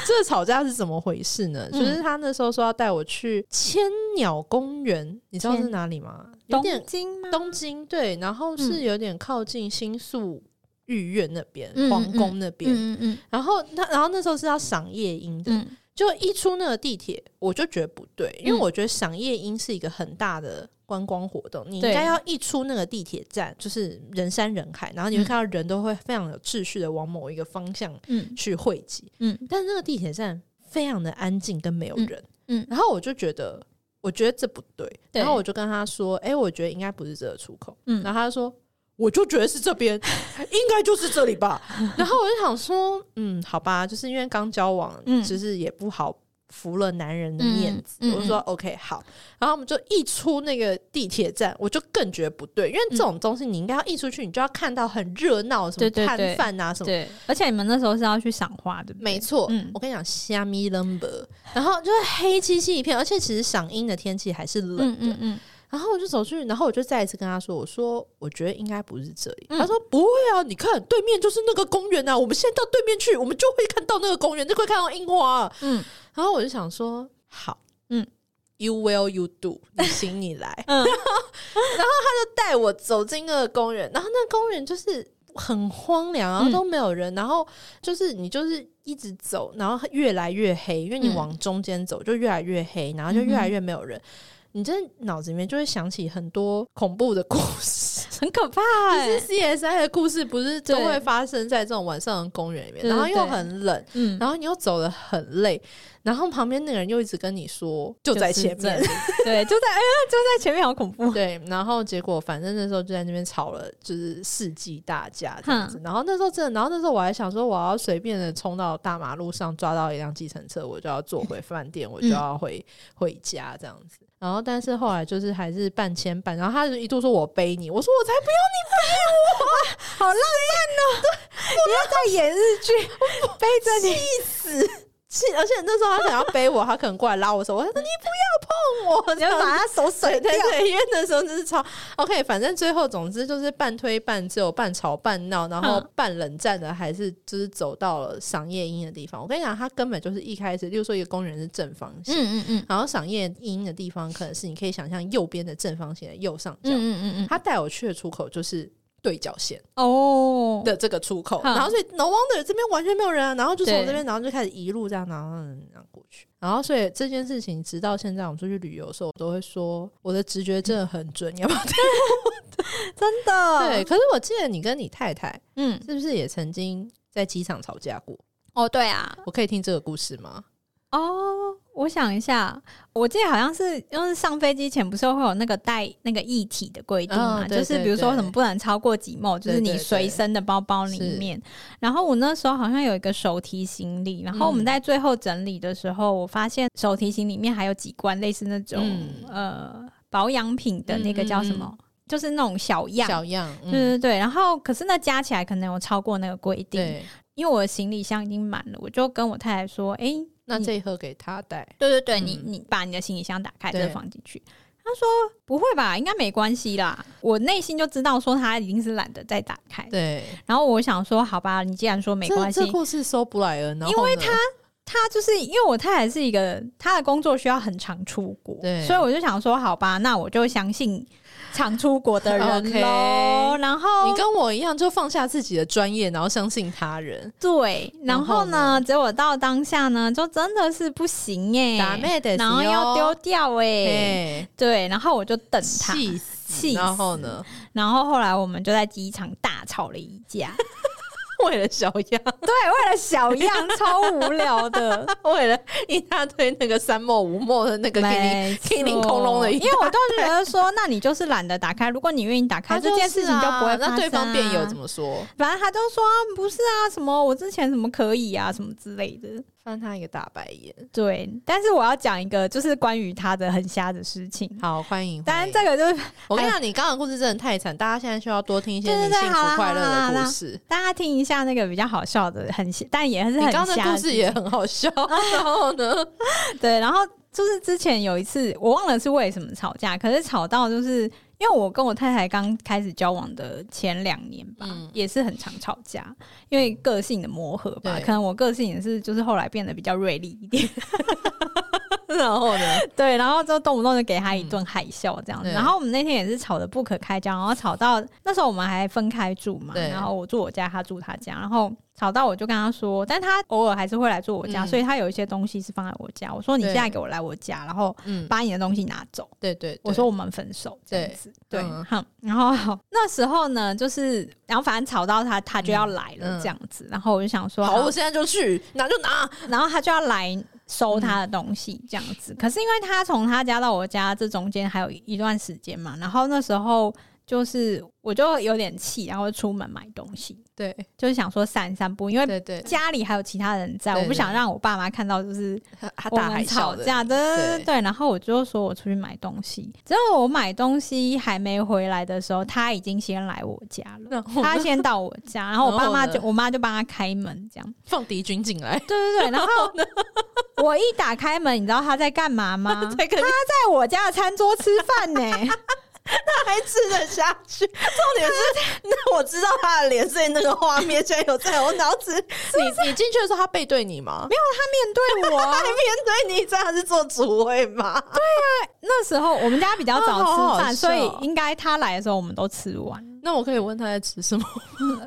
[SPEAKER 1] 这个吵架是怎么回事呢？
[SPEAKER 2] 嗯
[SPEAKER 1] 就是他那时候说要带我去千鸟公园，你知道是哪里吗？有点
[SPEAKER 2] 东京吗？
[SPEAKER 1] 东京对，然
[SPEAKER 2] 嗯
[SPEAKER 1] 后是有点靠近新宿御苑那边、
[SPEAKER 2] 嗯嗯
[SPEAKER 1] 皇宫那边。
[SPEAKER 2] 嗯嗯
[SPEAKER 1] 然后他，然后那时候是要赏夜莺的，
[SPEAKER 2] 嗯
[SPEAKER 1] 就一出那个地铁，我就觉得不对，因为
[SPEAKER 2] 嗯
[SPEAKER 1] 我觉得赏夜莺是一个很大的观光活动，你应
[SPEAKER 2] 对
[SPEAKER 1] 该要一出那个地铁站，就是人山人
[SPEAKER 2] 嗯
[SPEAKER 1] 海，然后你会看到人都会非常有秩序的往某一个方向
[SPEAKER 2] 嗯
[SPEAKER 1] 去汇集，
[SPEAKER 2] 嗯
[SPEAKER 1] 但是那个地铁站非常的安静跟没有人，
[SPEAKER 2] 嗯嗯
[SPEAKER 1] 然后我就觉得，我觉得这不对，
[SPEAKER 2] 对
[SPEAKER 1] 然后我就跟他说，哎、我觉得应该不是这个出口，
[SPEAKER 2] 嗯
[SPEAKER 1] 然后他就说。我就觉得是这边， [laughs] 应该就是这里吧。然后我就想说，嗯，好吧，就是因为刚交往，
[SPEAKER 2] 嗯
[SPEAKER 1] 其实也不好服了男人的面子。
[SPEAKER 2] 嗯嗯
[SPEAKER 1] 我就说 OK 好，然后我们就一出那个地铁站，我就更觉得不对，因为这种东西你应该要一出去，你就要看到很热闹，什么
[SPEAKER 2] 对对
[SPEAKER 1] 摊
[SPEAKER 2] 对
[SPEAKER 1] 贩啊什么
[SPEAKER 2] 对，而且你们那时候是要去赏花，对不对？
[SPEAKER 1] 没错，
[SPEAKER 2] 嗯
[SPEAKER 1] 我跟你讲，虾米 number，然后就是黑漆漆一片，而且其实赏樱的天气还是冷
[SPEAKER 2] 嗯
[SPEAKER 1] 的。
[SPEAKER 2] 嗯嗯，
[SPEAKER 1] 然后我就走出去，然后我就再一次跟他说：“我说，我觉得应该不是这里。
[SPEAKER 2] 嗯
[SPEAKER 1] 他说：“不会啊，你看对面就是那个公园啊，我们现在到对面去，我们就会看到那个公园，就会看到樱花、啊。”
[SPEAKER 2] 嗯，
[SPEAKER 1] 然后我就想说：“好，嗯
[SPEAKER 2] 嗯
[SPEAKER 1] ，You will, you do，你行你来。”
[SPEAKER 2] 嗯
[SPEAKER 1] [laughs] 然后他就带我走进那个公园，然后那公园就是很荒凉，然后
[SPEAKER 2] 嗯
[SPEAKER 1] 都没有人，然后就是你就是一直走，然后越来越黑，因为你
[SPEAKER 2] 嗯
[SPEAKER 1] 往中间走就越来越黑，然后就越来越没有人。你这脑子里面就会想起很多恐怖的故事，
[SPEAKER 2] 很可怕
[SPEAKER 1] 就
[SPEAKER 2] 哎、
[SPEAKER 1] 是 CSI 的故事，不是都
[SPEAKER 2] 对
[SPEAKER 1] 会发生在这种晚上的公园里面，
[SPEAKER 2] 对
[SPEAKER 1] 然后
[SPEAKER 2] 对
[SPEAKER 1] 又
[SPEAKER 2] 对
[SPEAKER 1] 很冷，
[SPEAKER 2] 嗯，
[SPEAKER 1] 然后你又走的很累，然后旁边那个人又一直跟你说就在前面，
[SPEAKER 2] 就是这里，对，就在哎呀、就在前面，好恐怖。
[SPEAKER 1] 对，然后结果反正那时候就在那边吵了，就是世纪大架这样子。然后那时候真的，然后那时候我还想说，我要随便的冲到大马路上抓到一辆计程车，我就要坐
[SPEAKER 2] [laughs]
[SPEAKER 1] 回饭店，
[SPEAKER 2] 嗯
[SPEAKER 1] 我就要回、回家这样子。然后但是后来就是还是半牵半，然后他就一度说我背你，我说我才不
[SPEAKER 2] [laughs] 好浪漫哦！不要再演日剧，背着你
[SPEAKER 1] 气，而且那时候他可能要背我，他可能过来拉我手，我说你不要碰我，
[SPEAKER 2] 你要把他手甩
[SPEAKER 1] 对
[SPEAKER 2] 掉
[SPEAKER 1] 对。对，因为那时候就是超 OK，反正最后总之就是半推半就、半吵半闹，然后
[SPEAKER 2] 嗯
[SPEAKER 1] 半冷战的，还是就是走到了赏夜莺的地方。我跟你讲，他根本就是一开始，例如说一个公园是正方形，
[SPEAKER 2] 嗯嗯嗯
[SPEAKER 1] 然后赏夜莺的地方可能是你可以想象右边的正方形的右上角。
[SPEAKER 2] 嗯嗯嗯
[SPEAKER 1] 他带我去的出口就是。对角线
[SPEAKER 2] 哦，
[SPEAKER 1] 的这个出口，
[SPEAKER 2] 嗯
[SPEAKER 1] 然后所以 No Wonder 这边完全没有人啊，然后就从
[SPEAKER 2] 对
[SPEAKER 1] 这边，然后就开始一路这样，然后嗯这样过去，然后所以这件事情直到现在，我们出去旅游的时候，我都会说我的直觉真的很准，要不要
[SPEAKER 2] 真的
[SPEAKER 1] 对，，可是我记得你跟你太太
[SPEAKER 2] 嗯，
[SPEAKER 1] 是不是也曾经在机场吵架过？
[SPEAKER 2] 哦，对啊，
[SPEAKER 1] 我可以听这个故事吗？
[SPEAKER 2] 哦，我想一下，我记得好像是因为上飞机前不是会有那个带那个液体的规定嘛，
[SPEAKER 1] 嗯对
[SPEAKER 2] 就是比如说什么不能超过几毛，就是
[SPEAKER 1] 对
[SPEAKER 2] 你
[SPEAKER 1] 对对
[SPEAKER 2] 随身的包包里面。然后我那时候好像有一个手提行李，然后
[SPEAKER 1] 嗯
[SPEAKER 2] 我们在最后整理的时候，我发现手提行李里面还有几罐类似那种、
[SPEAKER 1] 嗯
[SPEAKER 2] 呃保养品的那个叫什么，
[SPEAKER 1] 嗯
[SPEAKER 2] 就是那种小样。
[SPEAKER 1] 小样，嗯，
[SPEAKER 2] 对对对，然后可是那加起来可能有超过那个规定，
[SPEAKER 1] 对，
[SPEAKER 2] 因为我的行李箱已经满了，我就跟我太太说：“哎、
[SPEAKER 1] 那这一盒给他带。
[SPEAKER 2] 对对对，你
[SPEAKER 1] 嗯
[SPEAKER 2] 你把你的行李箱打开，
[SPEAKER 1] 对
[SPEAKER 2] 再放进去。他说不会吧，应该没关系啦。我内心就知道说他一定是懒得再打开。
[SPEAKER 1] 对，
[SPEAKER 2] 然后我想说，好吧，你既然说嗯没
[SPEAKER 1] 这
[SPEAKER 2] 关系
[SPEAKER 1] 这，故事收不来了，然后
[SPEAKER 2] 因为
[SPEAKER 1] 呢
[SPEAKER 2] 他他就是因为我太太是一个她的工作需要很常出国，
[SPEAKER 1] 对
[SPEAKER 2] 所以我就想说，好吧，那我就相信常出国
[SPEAKER 1] [laughs]
[SPEAKER 2] 的人
[SPEAKER 1] OK
[SPEAKER 2] 喽。然后
[SPEAKER 1] 你跟我一样，就放下自己的专业，然后相信他人。
[SPEAKER 2] 对，然
[SPEAKER 1] 然
[SPEAKER 2] 后
[SPEAKER 1] 后呢
[SPEAKER 2] 呢，结果到当下呢，就真的是不行耶、
[SPEAKER 1] 打妹的，哦
[SPEAKER 2] 然后要丢掉哎、
[SPEAKER 1] 哎，
[SPEAKER 2] 对，然后我就等他，
[SPEAKER 1] 气死！
[SPEAKER 2] 气
[SPEAKER 1] 然后呢？
[SPEAKER 2] 然后后来我们就在机场大吵了一架，
[SPEAKER 1] [laughs] 为了小样，
[SPEAKER 2] [laughs] 对，为了小样，超无聊的。 [laughs]
[SPEAKER 1] 为了一大堆那个三梦五梦的那个给你，
[SPEAKER 2] 没
[SPEAKER 1] 叮铃空隆的
[SPEAKER 2] 错
[SPEAKER 1] 一
[SPEAKER 2] 因为我都觉得说，那你就是懒得打开。如果你愿意打开
[SPEAKER 1] 他啊
[SPEAKER 2] 这件事情，就不啊会发生、
[SPEAKER 1] 那对方辩友怎
[SPEAKER 2] 么？
[SPEAKER 1] 么说？
[SPEAKER 2] 反正他就说不是啊，什么我之前怎么可以啊，什么之类的。
[SPEAKER 1] 翻他一个大白眼。
[SPEAKER 2] 对，但是我要讲一个，就是关于他的很瞎的事情。
[SPEAKER 1] 好，欢迎。
[SPEAKER 2] 当然，
[SPEAKER 1] 欢
[SPEAKER 2] 这
[SPEAKER 1] 迎
[SPEAKER 2] 个就是
[SPEAKER 1] 我跟你讲，你刚刚的故事真的太惨，大家现在需要多听一些
[SPEAKER 2] 对对
[SPEAKER 1] 你
[SPEAKER 2] 对
[SPEAKER 1] 幸
[SPEAKER 2] 好啦
[SPEAKER 1] 福快乐
[SPEAKER 2] 好啦好啦
[SPEAKER 1] 的故事。
[SPEAKER 2] 大家听一下那个比较好笑的，很瞎但也是
[SPEAKER 1] 你
[SPEAKER 2] 很
[SPEAKER 1] 刚刚的
[SPEAKER 2] 瞎
[SPEAKER 1] 故事也很好笑，然后呢？ [laughs]
[SPEAKER 2] 对，然后就是之前有一次，我忘了是为什么吵架，可是吵到就是因为我跟我太太刚开始交往的前两年吧，
[SPEAKER 1] 嗯
[SPEAKER 2] 也是很常吵架，因为个性的磨合吧，
[SPEAKER 1] 对
[SPEAKER 2] 可能我个性也是就是后来变得比较锐利一点， [laughs]
[SPEAKER 1] 然后呢？
[SPEAKER 2] 对，然后就动不动就给他一顿海啸这样子。
[SPEAKER 1] 嗯对
[SPEAKER 2] 然后我们那天也是吵得不可开交，然后吵到那时候我们还分开住嘛，
[SPEAKER 1] 对
[SPEAKER 2] 然后我住我家，他住他家，然后吵到我就跟他说，但他偶尔还是会来住我家，
[SPEAKER 1] 嗯
[SPEAKER 2] 所以他有一些东西是放在我家。我说你
[SPEAKER 1] 对
[SPEAKER 2] 现在给我来我家，然后
[SPEAKER 1] 嗯，
[SPEAKER 2] 把你的东西拿走。
[SPEAKER 1] 对对，对
[SPEAKER 2] 我说我们分手这样子，对
[SPEAKER 1] 对，嗯
[SPEAKER 2] 哼、然后那时候呢，就是然后反正吵到他，他就要来了
[SPEAKER 1] 嗯嗯
[SPEAKER 2] 这样子，然后我就想说，
[SPEAKER 1] 好，
[SPEAKER 2] 好
[SPEAKER 1] 我现在就去，拿就拿。
[SPEAKER 2] 然后他就要来收
[SPEAKER 1] 嗯
[SPEAKER 2] 他的东西，这样子。可是因为他从他家到我家这中间还有一段时间嘛，然后那时候就是我就有点气，然后就出门买东西，
[SPEAKER 1] 对
[SPEAKER 2] 就是想说散散步，因为
[SPEAKER 1] 对对，
[SPEAKER 2] 家里还有其他人在，
[SPEAKER 1] 对
[SPEAKER 2] 我不想让我爸妈看到就是
[SPEAKER 1] [laughs] 他
[SPEAKER 2] 我们吵架，对对对对。然后我就说我出去买东西，结果我买东西还没回来的时候，他已经先来我家
[SPEAKER 1] [laughs]
[SPEAKER 2] 了。
[SPEAKER 1] 然后
[SPEAKER 2] 他先到我
[SPEAKER 1] [laughs]
[SPEAKER 2] 家，然后我
[SPEAKER 1] 然
[SPEAKER 2] 爸
[SPEAKER 1] 后
[SPEAKER 2] 妈
[SPEAKER 1] 呢
[SPEAKER 2] 就我妈就帮他开门，这样。
[SPEAKER 1] [laughs] 放敌军进
[SPEAKER 2] [laughs]
[SPEAKER 1] 来，
[SPEAKER 2] 对对对，然后 [laughs] 我一打开门，你知道他在干
[SPEAKER 1] [laughs]
[SPEAKER 2] 嘛吗？他
[SPEAKER 1] 才可以
[SPEAKER 2] 在我家的餐桌吃
[SPEAKER 1] [laughs]
[SPEAKER 2] 饭呢、
[SPEAKER 1] 还吃得下去。重点是， [laughs] 那我知道他的脸，所以那个画面现在有在我脑子。你你进去的时候，他背对你吗？没有，[laughs]
[SPEAKER 2] 面对我啊
[SPEAKER 1] 他面对你，这样是做主位吗？
[SPEAKER 2] 那时候我们家比较早
[SPEAKER 1] 啊好好
[SPEAKER 2] 吃饭，
[SPEAKER 1] 笑
[SPEAKER 2] 所以应该他来的时候我们都吃完，
[SPEAKER 1] 那我可以问他在吃什么？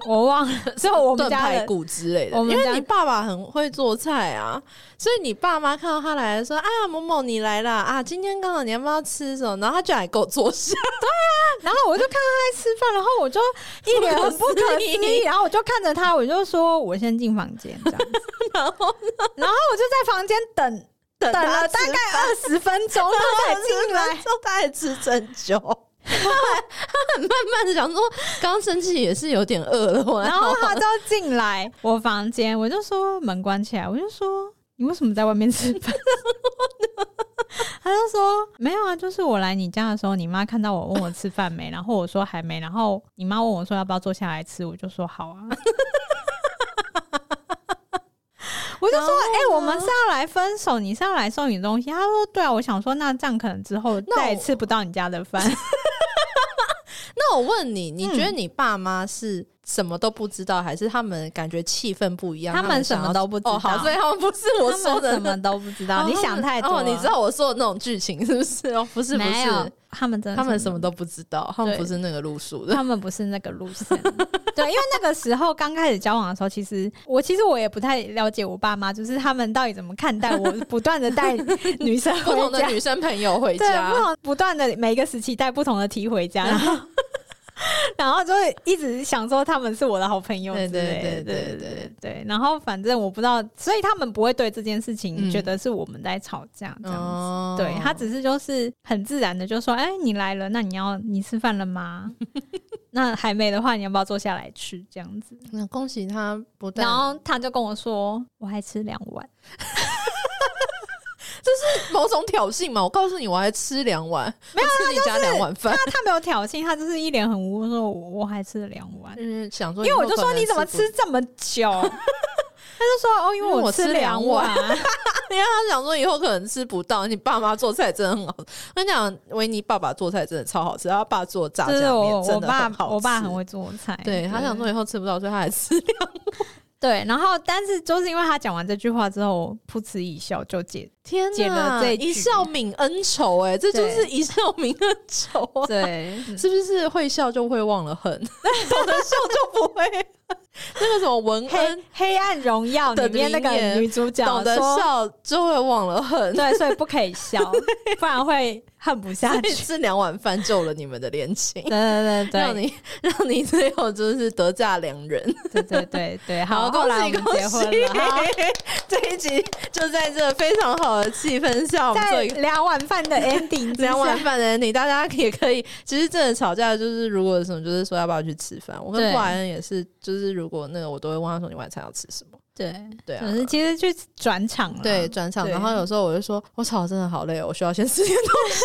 [SPEAKER 2] 我忘了，所以我们
[SPEAKER 1] 炖
[SPEAKER 2] 家
[SPEAKER 1] 排
[SPEAKER 2] 的
[SPEAKER 1] 骨之类的。
[SPEAKER 2] 我
[SPEAKER 1] 因
[SPEAKER 2] 们家
[SPEAKER 1] 为你爸爸很会做菜啊，所以你爸妈看到他来了说：“啊，某某你来啦！啊，今天刚好你要不要吃什么？”然后他就来给我做 [laughs] 事。
[SPEAKER 2] [laughs] 然后我就看他在吃饭，然后我就一脸很不可思
[SPEAKER 1] 不可思
[SPEAKER 2] 议，
[SPEAKER 1] 议
[SPEAKER 2] 然后我就看着他，我就说我先进房间这样子，
[SPEAKER 1] 然后
[SPEAKER 2] 然后我就在房间等等
[SPEAKER 1] 他
[SPEAKER 2] 了
[SPEAKER 1] 吃
[SPEAKER 2] 大概二十分钟，他才进来。
[SPEAKER 1] 之后他还吃针灸。 [laughs] 他很慢慢的想说，刚刚生气也是有点饿了，我
[SPEAKER 2] [laughs] 然后他就进来 [laughs] 我房间，我就说门关起来，我就说你为什么在外面吃饭？ [laughs] 他就说没有啊，就是我来你家的时候，你妈看到我问我吃饭没，然后我说还没，然后你妈问我说要不要坐下来吃，我就说好 [laughs] 啊。我就说
[SPEAKER 1] 然后，
[SPEAKER 2] 哎、
[SPEAKER 1] 呢
[SPEAKER 2] 我们是要来分手，你是要来送你东西。他说，对啊，我想说，那这样可能之后
[SPEAKER 1] 那
[SPEAKER 2] 再也
[SPEAKER 1] 我
[SPEAKER 2] 吃不到你家的饭。
[SPEAKER 1] 那我问你，你觉
[SPEAKER 2] 嗯
[SPEAKER 1] 得你爸妈是什么都不知道，还是他们感觉气氛不一样？
[SPEAKER 2] [laughs] 他
[SPEAKER 1] 他
[SPEAKER 2] 们
[SPEAKER 1] 想
[SPEAKER 2] 什
[SPEAKER 1] 要
[SPEAKER 2] 么都不知道 [laughs]
[SPEAKER 1] 哦，好，所以他们不是我
[SPEAKER 2] 我
[SPEAKER 1] 说的
[SPEAKER 2] 什
[SPEAKER 1] [laughs] 那
[SPEAKER 2] 么都不知道，
[SPEAKER 1] 哦
[SPEAKER 2] 你
[SPEAKER 1] 他们
[SPEAKER 2] 想太多了、
[SPEAKER 1] 哦，你知道我说的那种剧情是不是？哦，不是，不
[SPEAKER 2] 没有
[SPEAKER 1] 是，，
[SPEAKER 2] 他们真的
[SPEAKER 1] 他们
[SPEAKER 2] 什
[SPEAKER 1] 什
[SPEAKER 2] 么
[SPEAKER 1] 么都不知道，他们
[SPEAKER 2] 对
[SPEAKER 1] 不是那个路数
[SPEAKER 2] [laughs] 都，
[SPEAKER 1] 的。
[SPEAKER 2] 他们不是那个路线。 [laughs] 对，因为那个时候刚开始交往的时候，其实我其实我也不太了解我爸妈，就是他们到底怎么看待我不断的带女生
[SPEAKER 1] 不同
[SPEAKER 2] 回
[SPEAKER 1] 的
[SPEAKER 2] 家，
[SPEAKER 1] 女啊生朋友回
[SPEAKER 2] 对，
[SPEAKER 1] 家
[SPEAKER 2] 不，同不断的每一个时期带不同的题回
[SPEAKER 1] [laughs]
[SPEAKER 2] 家，然后然后就会一直想说他们是我的好朋友之类
[SPEAKER 1] 对
[SPEAKER 2] 的，
[SPEAKER 1] 对对对
[SPEAKER 2] 对
[SPEAKER 1] 对
[SPEAKER 2] 对。然后反正我不知道，所以他们不会对这件事情
[SPEAKER 1] 嗯
[SPEAKER 2] 觉得是我们在吵架这样子。
[SPEAKER 1] 哦
[SPEAKER 2] 对他只是就是很自然的就说：“哎、你来了，那你要你吃饭了吗？ [laughs] 那还没的话，你要不要坐下来吃？”这样子，
[SPEAKER 1] 那恭喜他不但
[SPEAKER 2] 然后他就跟我说：“我还吃两碗。
[SPEAKER 1] [laughs]
[SPEAKER 2] [laughs]
[SPEAKER 1] 某种挑衅嘛。我告诉你，我还吃两碗，没有吃你家两碗饭，
[SPEAKER 2] 啊他”他没有挑衅，他就是一脸很无辜说：“我我还吃了两碗。”
[SPEAKER 1] 嗯，想说
[SPEAKER 2] 因
[SPEAKER 1] 以
[SPEAKER 2] 为
[SPEAKER 1] 后
[SPEAKER 2] 我就说：“
[SPEAKER 1] 可能
[SPEAKER 2] 你怎么
[SPEAKER 1] 不
[SPEAKER 2] 吃这么久？” [laughs] 他就说哦，因为
[SPEAKER 1] 因为
[SPEAKER 2] 我
[SPEAKER 1] 我吃
[SPEAKER 2] 吃两
[SPEAKER 1] 两
[SPEAKER 2] 碗 [laughs]
[SPEAKER 1] 碗， [laughs] 因为他想说以后可能吃不到，你爸妈做菜真的很好。我跟你讲，维尼爸爸做菜真的超好吃，他爸做炸
[SPEAKER 2] 就是
[SPEAKER 1] 酱
[SPEAKER 2] 我
[SPEAKER 1] 面
[SPEAKER 2] 我
[SPEAKER 1] 真的
[SPEAKER 2] 爸
[SPEAKER 1] 很好吃。
[SPEAKER 2] 我爸很会做菜，
[SPEAKER 1] 对他想说以后吃不到，所以他还吃 [laughs] 两碗。
[SPEAKER 2] 对，然后但是就是因为他讲完这句话之后，我噗嗤一笑就解
[SPEAKER 1] 天
[SPEAKER 2] 解
[SPEAKER 1] 哪
[SPEAKER 2] 了！这一
[SPEAKER 1] 一
[SPEAKER 2] 局
[SPEAKER 1] 笑泯恩仇、哎，这就是一笑泯恩仇啊！
[SPEAKER 2] [laughs] 对，
[SPEAKER 1] 是不是会笑就会忘
[SPEAKER 2] [laughs]
[SPEAKER 1] 了恨，懂得笑就不会恨？那个什么文
[SPEAKER 2] 黑
[SPEAKER 1] 恩，
[SPEAKER 2] 黑暗荣耀里面那
[SPEAKER 1] 的名
[SPEAKER 2] 个
[SPEAKER 1] 言
[SPEAKER 2] 女主角
[SPEAKER 1] 懂得
[SPEAKER 2] 说，
[SPEAKER 1] 笑就会忘了恨。
[SPEAKER 2] 对，所以不可以笑，不然会恨不下
[SPEAKER 1] 所以
[SPEAKER 2] 去。
[SPEAKER 1] 这两碗饭救了你们的恋情
[SPEAKER 2] 对，对对
[SPEAKER 1] 让
[SPEAKER 2] 对
[SPEAKER 1] 你 [laughs] 让你最后就是得嫁良人。
[SPEAKER 2] 对对对对，好，
[SPEAKER 1] 恭
[SPEAKER 2] 后来我
[SPEAKER 1] 喜
[SPEAKER 2] 们
[SPEAKER 1] 恭
[SPEAKER 2] 结婚
[SPEAKER 1] 喜
[SPEAKER 2] 了，好！
[SPEAKER 1] [laughs] 这一集就在这非常好的气氛下，我们做
[SPEAKER 2] 在
[SPEAKER 1] 一个。
[SPEAKER 2] 两碗饭的 ending 之
[SPEAKER 1] 两碗
[SPEAKER 2] 下
[SPEAKER 1] 饭的你，大家也可以。其实真的吵架，就是如果有什么，就是说要不要去吃饭。我跟
[SPEAKER 2] 对
[SPEAKER 1] 布莱恩也是，就是如果那个，我都会问他说你晚餐要吃什么。
[SPEAKER 2] 对
[SPEAKER 1] 对啊
[SPEAKER 2] 就，是其实去转场了，
[SPEAKER 1] 对，转场。
[SPEAKER 2] 对
[SPEAKER 1] 然后有时候我就说，我吵得真的好累哦，我需要先吃点东西。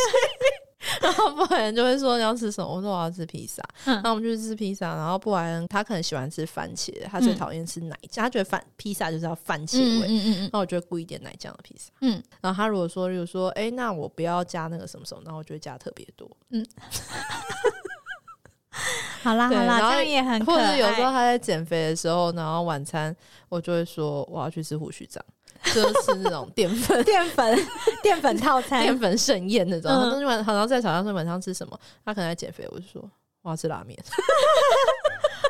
[SPEAKER 1] [laughs] 然后布莱恩就会说你要吃什么？我说我要吃披萨。
[SPEAKER 2] 嗯
[SPEAKER 1] 那我们就去吃披萨。然后布莱恩他可能喜欢吃番茄，他最
[SPEAKER 2] 嗯
[SPEAKER 1] 讨厌吃奶酱，他觉得番披萨就是要番茄
[SPEAKER 2] 嗯
[SPEAKER 1] 味。
[SPEAKER 2] 嗯嗯
[SPEAKER 1] 那我就会故意点奶酱的披萨。
[SPEAKER 2] 嗯
[SPEAKER 1] 然后他如果说，例如说，哎、那我不要加那个什么什么，然后我就会加特别多。
[SPEAKER 2] 嗯，好啦好
[SPEAKER 1] 对
[SPEAKER 2] 啦，
[SPEAKER 1] 然后
[SPEAKER 2] 这样也很可
[SPEAKER 1] 或者
[SPEAKER 2] 爱。。
[SPEAKER 1] 有时候他在减肥的时候，然后晚餐我就会说我要去吃胡须章，就是吃那种淀粉
[SPEAKER 2] [laughs] 淀粉淀粉套餐
[SPEAKER 1] 淀，粉盛宴那种，
[SPEAKER 2] 哎嗯
[SPEAKER 1] 他说你晚，好像在吵架说你晚上吃什么，他可能在减肥，我就说我要吃拉面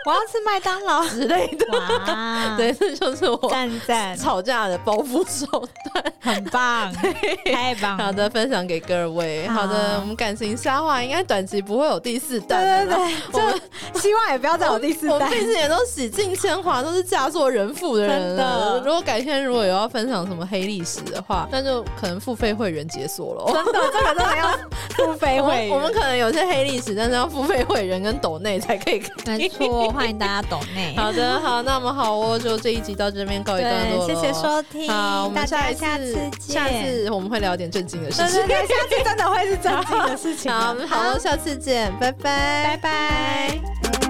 [SPEAKER 2] 我要吃麦当劳
[SPEAKER 1] 之类的。
[SPEAKER 2] 哇，
[SPEAKER 1] 对，，这
[SPEAKER 2] 嗯
[SPEAKER 1] 就是我
[SPEAKER 2] 赞
[SPEAKER 1] [laughs]
[SPEAKER 2] 赞，
[SPEAKER 1] 吵架的报复手段。
[SPEAKER 2] 很棒，太棒了，
[SPEAKER 1] 好的，分享给各位。好的，
[SPEAKER 2] 好
[SPEAKER 1] 我们感情沙画应该短期不会有第四
[SPEAKER 2] 嗯对
[SPEAKER 1] 弹了啦。
[SPEAKER 2] 对对，
[SPEAKER 1] 我们
[SPEAKER 2] 就希望也不要再有第四
[SPEAKER 1] 我
[SPEAKER 2] 代
[SPEAKER 1] 们。毕竟也都洗尽铅华，都是嫁作人妇的人了。
[SPEAKER 2] 真的
[SPEAKER 1] 如果改天如果有要分享什么黑历史的话，那就可能付费会员解锁了。
[SPEAKER 2] 真的，这个真的要付费
[SPEAKER 1] 我
[SPEAKER 2] 会
[SPEAKER 1] 们
[SPEAKER 2] 员。
[SPEAKER 1] 我们可能有些黑历史，但是要付费会员跟抖内才可以
[SPEAKER 2] [laughs]
[SPEAKER 1] 看。 [laughs]
[SPEAKER 2] 没错，欢迎大家懂内。
[SPEAKER 1] 好的，好，那我们好哦，就这一集到这边告一段落
[SPEAKER 2] 对，
[SPEAKER 1] 了。
[SPEAKER 2] 谢谢收听，
[SPEAKER 1] 好，我们
[SPEAKER 2] 大
[SPEAKER 1] 下
[SPEAKER 2] 家
[SPEAKER 1] 一次
[SPEAKER 2] 下次见。
[SPEAKER 1] 下次我们会聊点正经的事
[SPEAKER 2] 对
[SPEAKER 1] 情
[SPEAKER 2] 对。对，下
[SPEAKER 1] [laughs]
[SPEAKER 2] 次真的会是正经的事情。啊
[SPEAKER 1] 好，我们好，下次见，拜拜，
[SPEAKER 2] 拜拜。